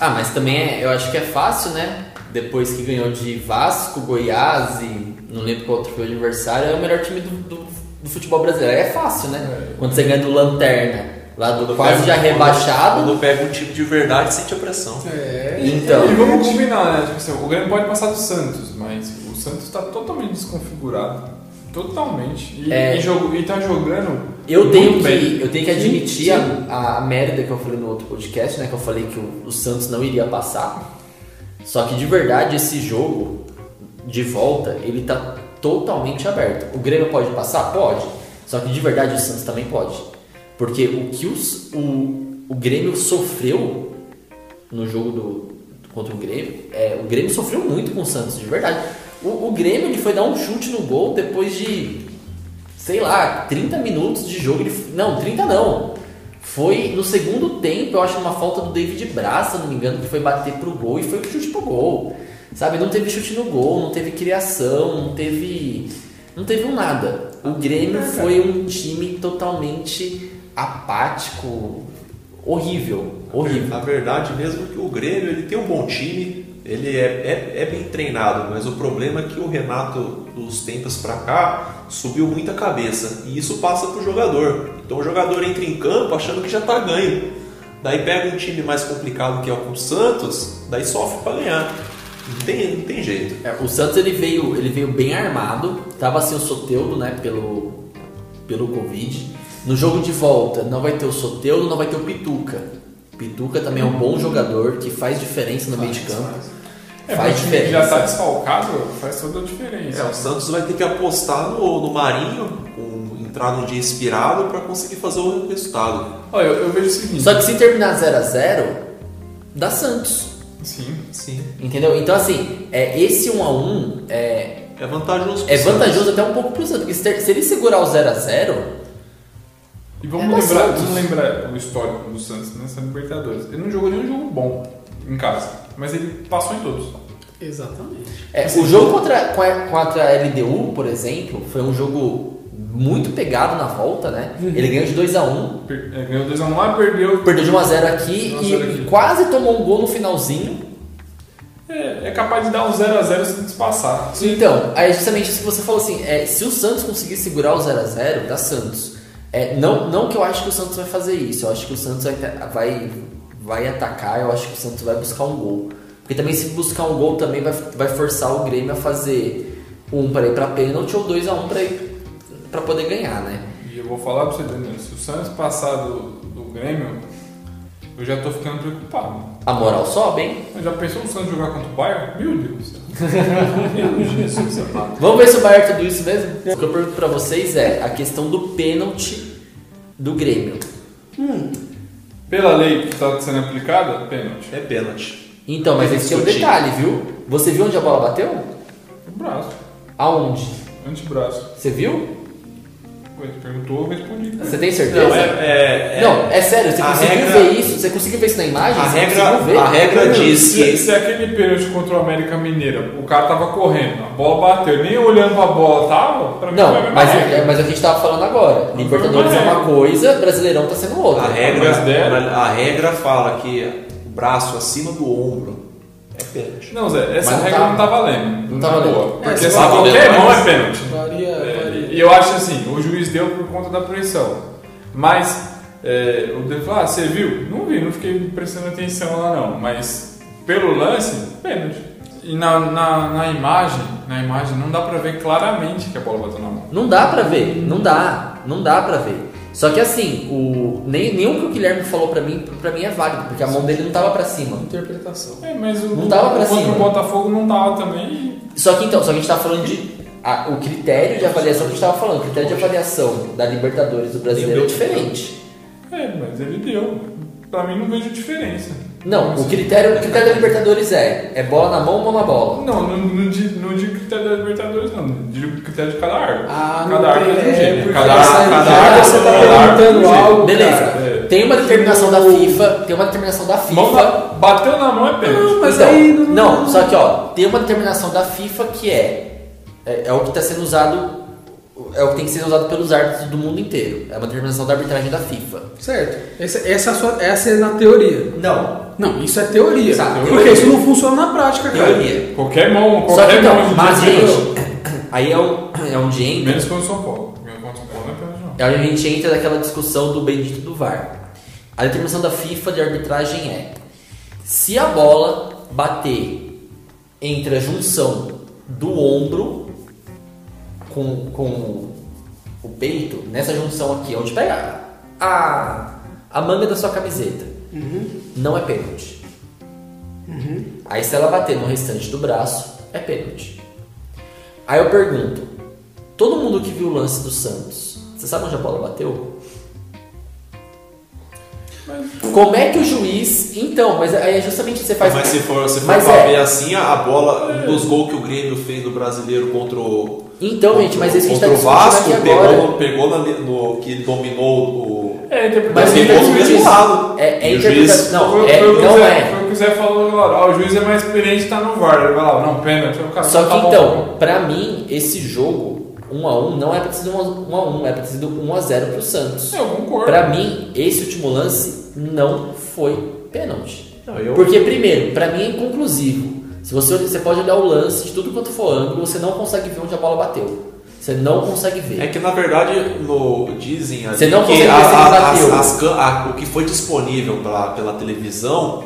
[SPEAKER 4] Ah, mas também é- eu acho que é fácil, né? Depois que ganhou de Vasco, Goiás e não lembro qual outro foi o adversário, é o melhor time do, do- do futebol brasileiro. É fácil, né? Quando você ganha do Lanterna, lá do quase já rebaixado.
[SPEAKER 3] Quando pega um time de verdade, sente a pressão.
[SPEAKER 1] É.
[SPEAKER 4] Então,
[SPEAKER 2] E vamos combinar, né? Tipo assim, o Grêmio pode passar do Santos, mas o Santos tá totalmente desconfigurado. Totalmente. E,
[SPEAKER 4] É.
[SPEAKER 2] e, jogo- e tá jogando.
[SPEAKER 4] eu tenho
[SPEAKER 2] muito bem.
[SPEAKER 4] que, eu tenho que
[SPEAKER 2] Sim,
[SPEAKER 4] admitir
[SPEAKER 2] sim.
[SPEAKER 4] a, a merda que eu falei no outro podcast, né? Que eu falei que o, o Santos não iria passar. Só que de verdade, esse jogo de volta, ele tá totalmente aberto. O Grêmio pode passar? Pode. Só que de verdade o Santos também pode. Porque o que os- o, o Grêmio sofreu no jogo do, contra o Grêmio, é, o Grêmio sofreu muito com o Santos, de verdade. O, o Grêmio ele foi dar um chute no gol depois de, sei lá, 30 minutos de jogo. Ele, f- não, 30 não. Foi no segundo tempo, eu acho, uma falta do David Braz, se eu não me engano, que foi bater pro gol e foi um chute pro gol. Sabe, não teve chute no gol, não teve criação, não teve. Não teve um nada. O Grêmio foi um time totalmente apático, horrível, horrível.
[SPEAKER 3] Na verdade, mesmo é que o Grêmio ele tem um bom time, ele é, é, é bem treinado, mas o problema é que o Renato, dos tempos pra cá, subiu muita cabeça. E isso passa pro jogador. Então o jogador entra em campo achando que já tá ganho. Daí pega um time mais complicado que é o Santos, daí sofre pra ganhar. Não tem, não tem jeito.
[SPEAKER 4] É, o Santos ele veio, ele veio bem armado, tava sem o Soteudo, né, pelo pelo Covid. No jogo de volta não vai ter o Soteudo, não vai ter o Pituca. Pituca também é um bom jogador que faz diferença no meio de campo.
[SPEAKER 2] É,
[SPEAKER 4] Faz
[SPEAKER 2] mas o time que já
[SPEAKER 4] diferença.
[SPEAKER 2] tá desfalcado, faz toda a diferença.
[SPEAKER 3] É, o Santos vai ter que apostar no, no Marinho, um- entrar num dia inspirado pra conseguir fazer o resultado.
[SPEAKER 2] Olha, eu, eu vejo o seguinte.
[SPEAKER 4] Só que se terminar 0 a 0 dá Santos.
[SPEAKER 2] Sim.
[SPEAKER 3] Sim.
[SPEAKER 4] Entendeu? Então assim, é esse 1 a 1 é
[SPEAKER 3] É vantajoso. pro
[SPEAKER 4] é
[SPEAKER 3] Santos.
[SPEAKER 4] vantajoso até um pouco pro Santos, porque se, ter- se ele segurar o 0 a 0
[SPEAKER 2] E vamos
[SPEAKER 4] É, mas
[SPEAKER 2] lembrar,
[SPEAKER 4] Santos.
[SPEAKER 2] vamos lembrar o histórico do Santos nessa Libertadores. Ele não jogou nenhum jogo bom em casa, mas ele passou em todos.
[SPEAKER 1] Exatamente.
[SPEAKER 4] É, o jogo contra, com a- contra a LDU, por exemplo, foi um jogo muito pegado na volta, né? Ele ganhou de 2x1,
[SPEAKER 2] Per- é, Ganhou 2x1 lá, perdeu.
[SPEAKER 4] perdeu de 1x0 aqui
[SPEAKER 2] 1 a 0
[SPEAKER 4] e
[SPEAKER 2] aqui.
[SPEAKER 4] quase tomou um gol no finalzinho.
[SPEAKER 2] É, é capaz de dar um 0x0 sem despassar.
[SPEAKER 4] Então, aí justamente isso que você falou assim, é, se o Santos conseguir segurar o 0x0, dá Santos. É, não, não que eu acho que o Santos vai fazer isso, eu acho que o Santos vai, vai, vai atacar, eu acho que o Santos vai buscar um gol. Porque também se buscar um gol também vai, vai forçar o Grêmio a fazer um para ir pra pênalti ou 2x1 pra, ir- pra poder ganhar, né?
[SPEAKER 2] E eu vou falar pra você, Daniel, se o Santos passar do, do Grêmio, eu já tô ficando preocupado.
[SPEAKER 4] A moral sobe, hein?
[SPEAKER 2] Eu já pensou o Santos jogar contra o Bayern? Meu Deus do céu. Meu Jesus amado.
[SPEAKER 4] Vamos ver se o Bayern é tudo isso mesmo? O que eu pergunto pra vocês é a questão do pênalti do Grêmio.
[SPEAKER 2] Pela lei que tá sendo aplicada, pênalti.
[SPEAKER 3] É pênalti.
[SPEAKER 4] Então, mas esse é o
[SPEAKER 3] Discutir.
[SPEAKER 4] detalhe, viu? Você viu onde a bola bateu?
[SPEAKER 2] O braço.
[SPEAKER 4] Aonde?
[SPEAKER 2] Antebraço.
[SPEAKER 4] Você viu?
[SPEAKER 2] Ele perguntou, eu respondi.
[SPEAKER 4] Você tem certeza?
[SPEAKER 3] Não, é, é, é-
[SPEAKER 4] Não, é sério, você
[SPEAKER 3] A
[SPEAKER 4] conseguiu
[SPEAKER 3] regra-
[SPEAKER 4] ver isso? Você conseguiu ver isso na imagem?
[SPEAKER 3] A
[SPEAKER 4] Você
[SPEAKER 3] regra,
[SPEAKER 4] conseguiu ver?
[SPEAKER 3] a regra diz
[SPEAKER 2] Se,
[SPEAKER 3] que
[SPEAKER 2] se aquele pênalti contra o América Mineira, o cara tava correndo, a bola bateu, nem olhando pra bola tava, pra mim foi a
[SPEAKER 4] Não,
[SPEAKER 2] mesma
[SPEAKER 4] mas
[SPEAKER 2] regra.
[SPEAKER 4] é, mas é o que a gente tava falando agora. Libertadores é uma coisa, Brasileirão tá sendo outra.
[SPEAKER 3] a
[SPEAKER 2] Mas deram.
[SPEAKER 3] regra, a regra fala que o braço acima do ombro é pênalti.
[SPEAKER 2] Não, Zé, essa
[SPEAKER 4] Mas não
[SPEAKER 2] regra
[SPEAKER 4] tá-
[SPEAKER 2] não tá valendo.
[SPEAKER 4] não tá
[SPEAKER 2] na
[SPEAKER 4] valendo.
[SPEAKER 2] boa.
[SPEAKER 1] É,
[SPEAKER 2] Porque
[SPEAKER 1] se
[SPEAKER 2] assim,
[SPEAKER 1] tá valendo,
[SPEAKER 2] qualquer mão
[SPEAKER 1] mas-
[SPEAKER 2] é pênalti.
[SPEAKER 1] Varia.
[SPEAKER 2] É,
[SPEAKER 1] varia.
[SPEAKER 2] E eu acho assim, o juiz deu por conta da pressão. Mas é, o dedo falou, ah, você viu? Não vi, não fiquei prestando atenção lá não. Mas pelo lance, pênalti. E na, na, na imagem, na imagem não dá pra ver claramente que a bola bateu na mão.
[SPEAKER 4] Não dá pra ver, não dá, não dá pra ver. Só que assim, o nem, nenhum que o Guilherme falou pra mim, pra mim é válido, porque a mão dele não tava pra cima.
[SPEAKER 1] Interpretação.
[SPEAKER 2] É, mas o,
[SPEAKER 4] Não tava pra
[SPEAKER 2] o contra
[SPEAKER 4] cima.
[SPEAKER 2] o Botafogo não tava também.
[SPEAKER 4] Só que então, só que a gente tá falando de a- o critério de avaliação que a gente tava falando, o critério de avaliação da Libertadores do Brasileiro é diferente.
[SPEAKER 2] É, mas ele deu. Pra mim não vejo diferença.
[SPEAKER 4] Não, o critério, o critério da Libertadores é é bola na mão ou mão na bola.
[SPEAKER 2] Não, não, não, digo, não digo critério da Libertadores, não. Digo critério de cada árvore.
[SPEAKER 1] Ah, não
[SPEAKER 2] cada árvore é de
[SPEAKER 1] tem-
[SPEAKER 2] um
[SPEAKER 1] é,
[SPEAKER 2] jeito.
[SPEAKER 1] porque
[SPEAKER 2] Cada
[SPEAKER 1] essa-
[SPEAKER 2] árvore cada
[SPEAKER 1] já
[SPEAKER 2] árvore-
[SPEAKER 1] você tá
[SPEAKER 2] cada árvore é de um
[SPEAKER 1] perguntando
[SPEAKER 2] jeito.
[SPEAKER 1] algo,
[SPEAKER 4] Beleza.
[SPEAKER 2] cara. é.
[SPEAKER 4] Tem uma determinação da FIFA, tem uma determinação da
[SPEAKER 2] Mão
[SPEAKER 4] FIFA.
[SPEAKER 2] na- bateu na mão é pênalti.
[SPEAKER 1] Mas
[SPEAKER 4] Então,
[SPEAKER 1] aí não-
[SPEAKER 4] não, só que ó, tem uma determinação da FIFA que é é, é o que está sendo tá usado é o que tem que ser usado pelos árbitros do mundo inteiro. É uma determinação da arbitragem da FIFA.
[SPEAKER 1] Certo. Essa, essa, é a sua- essa é na teoria.
[SPEAKER 4] Não.
[SPEAKER 1] Não, isso é teoria.
[SPEAKER 4] Exato,
[SPEAKER 1] Porque
[SPEAKER 4] teoria.
[SPEAKER 1] isso não funciona na prática, cara.
[SPEAKER 4] Teoria.
[SPEAKER 2] Qualquer mão,
[SPEAKER 4] Só que
[SPEAKER 2] qualquer mão.
[SPEAKER 4] então,
[SPEAKER 2] hoje em
[SPEAKER 4] mas
[SPEAKER 2] dia é
[SPEAKER 4] gente,
[SPEAKER 2] pênalti.
[SPEAKER 4] aí é um, é um dia em
[SPEAKER 2] Menos contra o São Paulo. Menos contra o São Paulo não é pênalti, não.
[SPEAKER 4] Aí a gente entra naquela discussão do bendito do VAR. A determinação da FIFA de arbitragem é: se a bola bater entre a junção do ombro com, com o peito, nessa junção aqui, é onde pega a, a manga da sua camiseta, não é pênalti. Aí se ela bater no restante do braço, é pênalti. Aí eu pergunto, todo mundo que viu o lance do Santos, você sabe onde a bola bateu? Como é que o juiz. Então, mas aí é justamente você faz.
[SPEAKER 3] Mas se for, se for
[SPEAKER 4] Mas
[SPEAKER 3] pra
[SPEAKER 4] é.
[SPEAKER 3] ver assim, a a bola, um dos gols que o Grêmio fez do brasileiro contra o.
[SPEAKER 4] Então, gente, mas isso que a gente tá
[SPEAKER 3] contra o Vasco,
[SPEAKER 4] discutindo aqui agora.
[SPEAKER 3] pegou, pegou na, no, que ele dominou o.
[SPEAKER 2] É, interpretação.
[SPEAKER 4] Mas
[SPEAKER 3] Mas
[SPEAKER 4] ele
[SPEAKER 3] tem gol do
[SPEAKER 4] juiz-
[SPEAKER 3] mesmo lado.
[SPEAKER 4] É, é
[SPEAKER 3] E o
[SPEAKER 4] interpretação.
[SPEAKER 3] juiz-
[SPEAKER 4] Não,
[SPEAKER 2] Foi-
[SPEAKER 4] é,
[SPEAKER 2] foi o que o
[SPEAKER 4] não
[SPEAKER 2] Zé-
[SPEAKER 4] é.
[SPEAKER 2] Foi o que o Zé falou agora. ó, o juiz é mais experiente, tá no VAR. Ele vai lá, não, pênalti. O cara
[SPEAKER 4] Só
[SPEAKER 2] tá
[SPEAKER 4] que
[SPEAKER 2] bom.
[SPEAKER 4] então, pra mim, esse jogo 1 a 1 não é pra ter sido 1 a 1, é pra ter sido 1 a 0 pro Santos.
[SPEAKER 2] Eu concordo.
[SPEAKER 4] Pra mim, esse último lance não foi pênalti.
[SPEAKER 3] Não, eu-
[SPEAKER 4] Porque, primeiro, pra mim é inconclusivo. Se você, você pode olhar o lance de tudo quanto for ângulo, você não consegue ver onde a bola bateu. Você não consegue ver.
[SPEAKER 3] É que na verdade no, dizem ali
[SPEAKER 4] Você não
[SPEAKER 3] que
[SPEAKER 4] consegue ver se ele bateu.
[SPEAKER 3] as- as can- a- o que foi disponível pra, pela televisão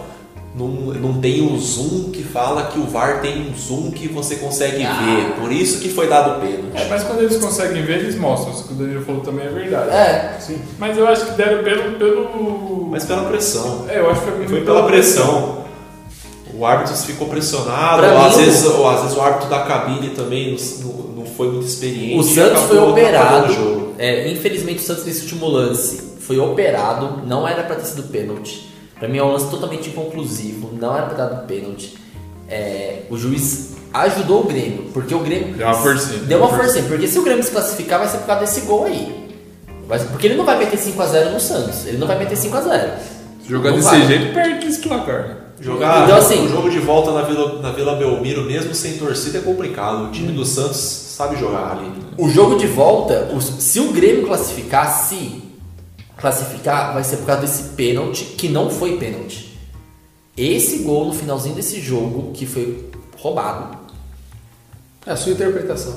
[SPEAKER 3] não, não tem o zoom que fala que o VAR tem um zoom que você consegue
[SPEAKER 4] Ah.
[SPEAKER 3] ver. Por isso que foi dado o pênalti.
[SPEAKER 2] É, mas quando eles conseguem ver, eles mostram. Isso que o Danilo falou também é verdade.
[SPEAKER 4] É.
[SPEAKER 2] Sim. Mas eu acho que deram pelo. pelo...
[SPEAKER 3] Mas pela pressão.
[SPEAKER 2] É, eu acho que foi,
[SPEAKER 3] Foi pela pressão. O árbitro ficou pressionado,
[SPEAKER 4] Pra
[SPEAKER 3] ou
[SPEAKER 4] mim,
[SPEAKER 3] às,
[SPEAKER 4] o-
[SPEAKER 3] vezes, ou às vezes o árbitro da cabine também não, não- não foi muito experiente.
[SPEAKER 4] O
[SPEAKER 3] e
[SPEAKER 4] Santos
[SPEAKER 3] acabou
[SPEAKER 4] foi
[SPEAKER 3] atrapalhando
[SPEAKER 4] operado.
[SPEAKER 3] o jogo.
[SPEAKER 4] É, infelizmente o Santos nesse último lance foi operado, não era pra ter sido pênalti. Pra mim é um lance totalmente inconclusivo, não era pra ter dado pênalti. É, o juiz ajudou o Grêmio, porque o Grêmio
[SPEAKER 2] Deu uma forcinha.
[SPEAKER 4] Deu uma forcinha, porque se o Grêmio se classificar vai ser por causa desse gol aí. Mas- porque ele não vai meter 5 a 0 no Santos, ele não vai meter 5 a 0.
[SPEAKER 2] Jogando
[SPEAKER 4] Não
[SPEAKER 2] desse
[SPEAKER 4] vai.
[SPEAKER 2] jeito, perde esse placar. né?
[SPEAKER 3] Jogar
[SPEAKER 4] Então, assim-
[SPEAKER 3] o jogo de volta na Vila, na Vila Belmiro, mesmo sem torcida, é complicado. O
[SPEAKER 4] Hum.
[SPEAKER 3] time do Santos sabe jogar ali.
[SPEAKER 4] O jogo de volta, os- se o Grêmio classificar, se classificar, vai ser por causa desse pênalti que não foi pênalti. Esse gol no finalzinho desse jogo que foi roubado
[SPEAKER 1] É a sua interpretação.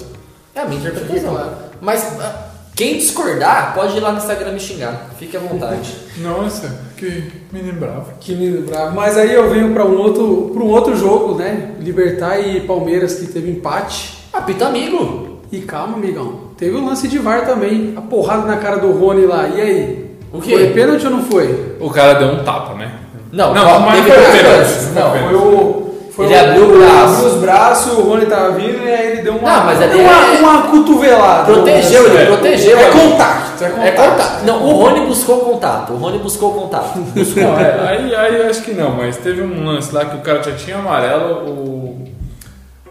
[SPEAKER 4] é a minha interpretação.
[SPEAKER 1] Claro.
[SPEAKER 4] Mas ah, quem discordar pode ir lá no Instagram me xingar, fique à vontade.
[SPEAKER 2] Nossa, que menino bravo.
[SPEAKER 1] Que menino bravo. Mas aí eu venho para um outro, para um outro jogo, né? Libertar e Palmeiras que teve empate.
[SPEAKER 4] Apita amigo,
[SPEAKER 1] E calma, amigão. Teve o lance de VAR também. A porrada na cara do Rony lá. E aí?
[SPEAKER 4] O quê?
[SPEAKER 1] Foi pênalti ou não foi?
[SPEAKER 2] O cara deu um tapa, né?
[SPEAKER 4] Não,
[SPEAKER 2] não,
[SPEAKER 4] não,
[SPEAKER 2] mas
[SPEAKER 4] teve
[SPEAKER 2] foi
[SPEAKER 4] dois
[SPEAKER 2] pênalti,
[SPEAKER 4] lances,
[SPEAKER 2] foi
[SPEAKER 4] não,
[SPEAKER 2] pênalti.
[SPEAKER 1] Foi o. Foi
[SPEAKER 4] Ele abriu o braço.
[SPEAKER 1] abriu os braços, o Rony tava vindo e aí ele deu uma.
[SPEAKER 4] Não, mas ele-
[SPEAKER 1] uma, uma cotovelada.
[SPEAKER 4] protegeu, ele
[SPEAKER 2] é.
[SPEAKER 4] protegeu.
[SPEAKER 1] É
[SPEAKER 4] ali.
[SPEAKER 1] contato, é contato.
[SPEAKER 4] É contato. Não, o Rony buscou contato, o Rony buscou contato. Buscou.
[SPEAKER 2] Não, é, aí, aí eu acho que não, mas teve um lance lá que o cara já tinha amarelo, o.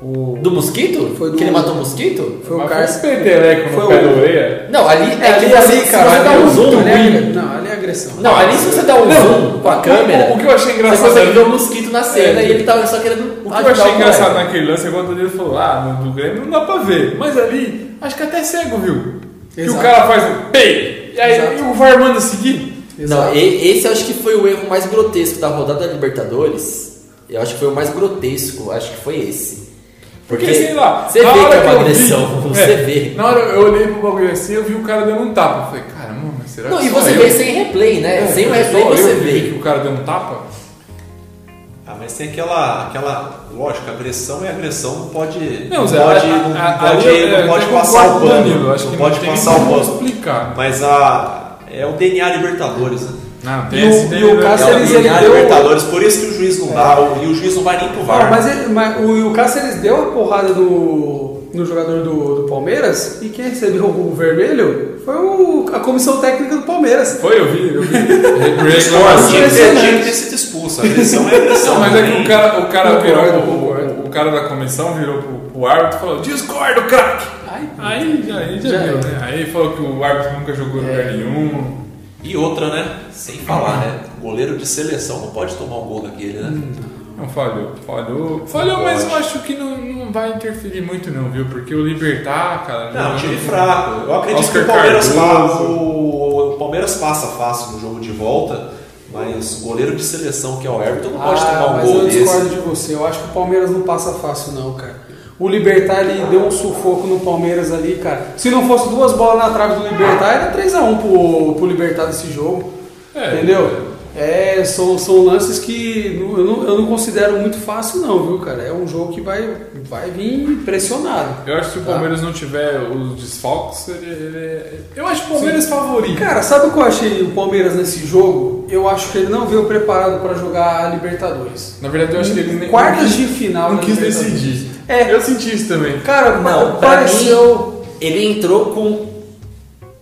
[SPEAKER 2] O.
[SPEAKER 4] Do mosquito?
[SPEAKER 1] Foi do-
[SPEAKER 4] Que ele matou o mosquito?
[SPEAKER 1] Foi o
[SPEAKER 2] Mas
[SPEAKER 1] Carlos.
[SPEAKER 2] Foi um peteleco
[SPEAKER 1] Foi
[SPEAKER 2] no
[SPEAKER 1] o-
[SPEAKER 2] pé do Oreia.
[SPEAKER 4] Não, ali é, que
[SPEAKER 1] ali,
[SPEAKER 4] você,
[SPEAKER 1] ali,
[SPEAKER 4] se
[SPEAKER 1] cara,
[SPEAKER 4] você dá
[SPEAKER 1] ali
[SPEAKER 4] um
[SPEAKER 1] é
[SPEAKER 4] zoom,
[SPEAKER 1] muito
[SPEAKER 4] né?
[SPEAKER 1] ruim. Não, ali é agressão.
[SPEAKER 4] Não, ali se você dá um zoom com a câmera,
[SPEAKER 2] O, o que eu achei
[SPEAKER 4] você
[SPEAKER 2] engraçado.
[SPEAKER 4] consegue ver o mosquito na cena
[SPEAKER 2] É.
[SPEAKER 4] e ele tava só querendo
[SPEAKER 2] O que eu achei engraçado naquele lance é quando ele falou, ah, no do Grêmio não dá pra ver. Mas ali, acho que até é cego, viu? Que o
[SPEAKER 1] Exato.
[SPEAKER 2] cara faz um pei! E aí
[SPEAKER 1] Exato.
[SPEAKER 2] o VAR manda seguir.
[SPEAKER 4] Não,
[SPEAKER 1] Exato.
[SPEAKER 4] e- esse eu acho que foi o erro mais grotesco da rodada da Libertadores. Eu acho que foi o mais grotesco, acho que foi esse.
[SPEAKER 2] Porque, sei lá,
[SPEAKER 4] você
[SPEAKER 2] na
[SPEAKER 4] vê que
[SPEAKER 2] hora
[SPEAKER 4] é uma
[SPEAKER 2] eu vi-
[SPEAKER 4] agressão, você
[SPEAKER 2] é,
[SPEAKER 4] vê.
[SPEAKER 2] Na hora eu olhei pro bagulho assim, eu vi o cara dando um tapa. Eu falei, caramba, mas será
[SPEAKER 4] Não,
[SPEAKER 2] que
[SPEAKER 4] e
[SPEAKER 2] só
[SPEAKER 4] você
[SPEAKER 2] eu?
[SPEAKER 4] vê sem replay, né?
[SPEAKER 2] É,
[SPEAKER 4] sem o
[SPEAKER 2] só
[SPEAKER 4] replay
[SPEAKER 2] eu
[SPEAKER 4] você
[SPEAKER 2] que vi
[SPEAKER 4] vê.
[SPEAKER 2] que o cara deu um tapa?
[SPEAKER 3] Ah, mas tem aquela, aquela. Lógico, agressão é agressão, não pode.
[SPEAKER 2] Não,
[SPEAKER 3] não
[SPEAKER 2] Zé,
[SPEAKER 3] pode,
[SPEAKER 2] a-
[SPEAKER 3] não
[SPEAKER 2] a-
[SPEAKER 3] pode,
[SPEAKER 2] ali é eu-
[SPEAKER 3] não
[SPEAKER 2] eu
[SPEAKER 3] pode
[SPEAKER 2] até
[SPEAKER 3] passar o
[SPEAKER 2] concordo com
[SPEAKER 3] pano.
[SPEAKER 2] Danilo, eu acho
[SPEAKER 3] não
[SPEAKER 2] que
[SPEAKER 3] pode
[SPEAKER 2] tem nem
[SPEAKER 3] passar o
[SPEAKER 2] como
[SPEAKER 3] pano.
[SPEAKER 2] explicar.
[SPEAKER 3] Mas a. É o DNA Libertadores, né?
[SPEAKER 2] Não,
[SPEAKER 1] E o- e o
[SPEAKER 3] É
[SPEAKER 1] Cássio,
[SPEAKER 3] o
[SPEAKER 1] Cáceres, ele
[SPEAKER 3] DNA
[SPEAKER 1] deu-
[SPEAKER 3] Libertadores, por isso que o juiz não
[SPEAKER 2] É.
[SPEAKER 3] dá, o- e o juiz não vai nem pro
[SPEAKER 1] Ah,
[SPEAKER 3] VAR.
[SPEAKER 1] mas, ele, mas o, o Cáceres deu a porrada do, no jogador do, do Palmeiras e quem recebeu o vermelho foi o- a comissão técnica do Palmeiras.
[SPEAKER 2] Foi, eu vi, eu vi.
[SPEAKER 3] Mas
[SPEAKER 2] assim,
[SPEAKER 3] tinha que ter-
[SPEAKER 1] impressionante.
[SPEAKER 3] tinha que ter sido expulso. Agressão é agressão.
[SPEAKER 2] é Não, mas é
[SPEAKER 3] não
[SPEAKER 2] que
[SPEAKER 3] tem-
[SPEAKER 2] o cara, o cara
[SPEAKER 1] Concordo,
[SPEAKER 2] virou, o,
[SPEAKER 1] concordo.
[SPEAKER 2] o cara da comissão virou pro, pro árbitro e falou, discordo, craque!
[SPEAKER 1] Ai,
[SPEAKER 2] Aí já, aí já,
[SPEAKER 1] Já
[SPEAKER 2] viu,
[SPEAKER 1] é.
[SPEAKER 2] né? Aí falou que o árbitro nunca jogou em
[SPEAKER 3] É.
[SPEAKER 2] lugar nenhum.
[SPEAKER 3] E outra, né? Sem falar, né? Goleiro de
[SPEAKER 1] Hum.
[SPEAKER 3] seleção não pode tomar um gol daquele, né?
[SPEAKER 2] Não falhou, falhou. Falhou, mas eu acho que não, não não vai interferir muito não, viu? Porque o Libertar, cara...
[SPEAKER 3] Não, é um
[SPEAKER 2] jogando
[SPEAKER 3] time
[SPEAKER 2] com-
[SPEAKER 3] fraco. Eu acredito
[SPEAKER 2] Oscar
[SPEAKER 3] que o Palmeiras,
[SPEAKER 2] Cardoso.
[SPEAKER 3] pa- o, o Palmeiras passa fácil no jogo de volta, mas o goleiro de seleção que é o Everton não pode tomar um
[SPEAKER 1] Ah, mas
[SPEAKER 3] gol
[SPEAKER 1] eu discordo
[SPEAKER 3] desse.
[SPEAKER 1] de você. Eu acho que o Palmeiras não passa fácil, não, cara. O Libertar ele deu um sufoco no Palmeiras ali, cara. Se não fosse duas bolas na trave do Libertar, era 3x1 pro, pro Libertar desse jogo.
[SPEAKER 2] É.
[SPEAKER 1] Entendeu? É, são, são lances que não- eu não, eu não considero muito fácil, não, viu, cara? É um jogo que vai, vai vir pressionado.
[SPEAKER 2] Eu acho que se o
[SPEAKER 1] Tá.
[SPEAKER 2] Palmeiras não tiver os desfalques, ele, ele- Eu acho que o Palmeiras é favorito.
[SPEAKER 1] Cara, sabe o que eu achei o Palmeiras nesse jogo? Eu acho que ele não veio preparado pra jogar a Libertadores.
[SPEAKER 2] Na verdade, eu acho que ele nem...
[SPEAKER 1] Quartas de final
[SPEAKER 2] Não
[SPEAKER 1] da
[SPEAKER 2] quis
[SPEAKER 3] né?
[SPEAKER 1] Libertadores.
[SPEAKER 2] decidir.
[SPEAKER 1] É.
[SPEAKER 2] Eu senti isso também.
[SPEAKER 1] Cara,
[SPEAKER 4] Não, pra
[SPEAKER 1] pareceu.
[SPEAKER 4] mim, ele entrou com.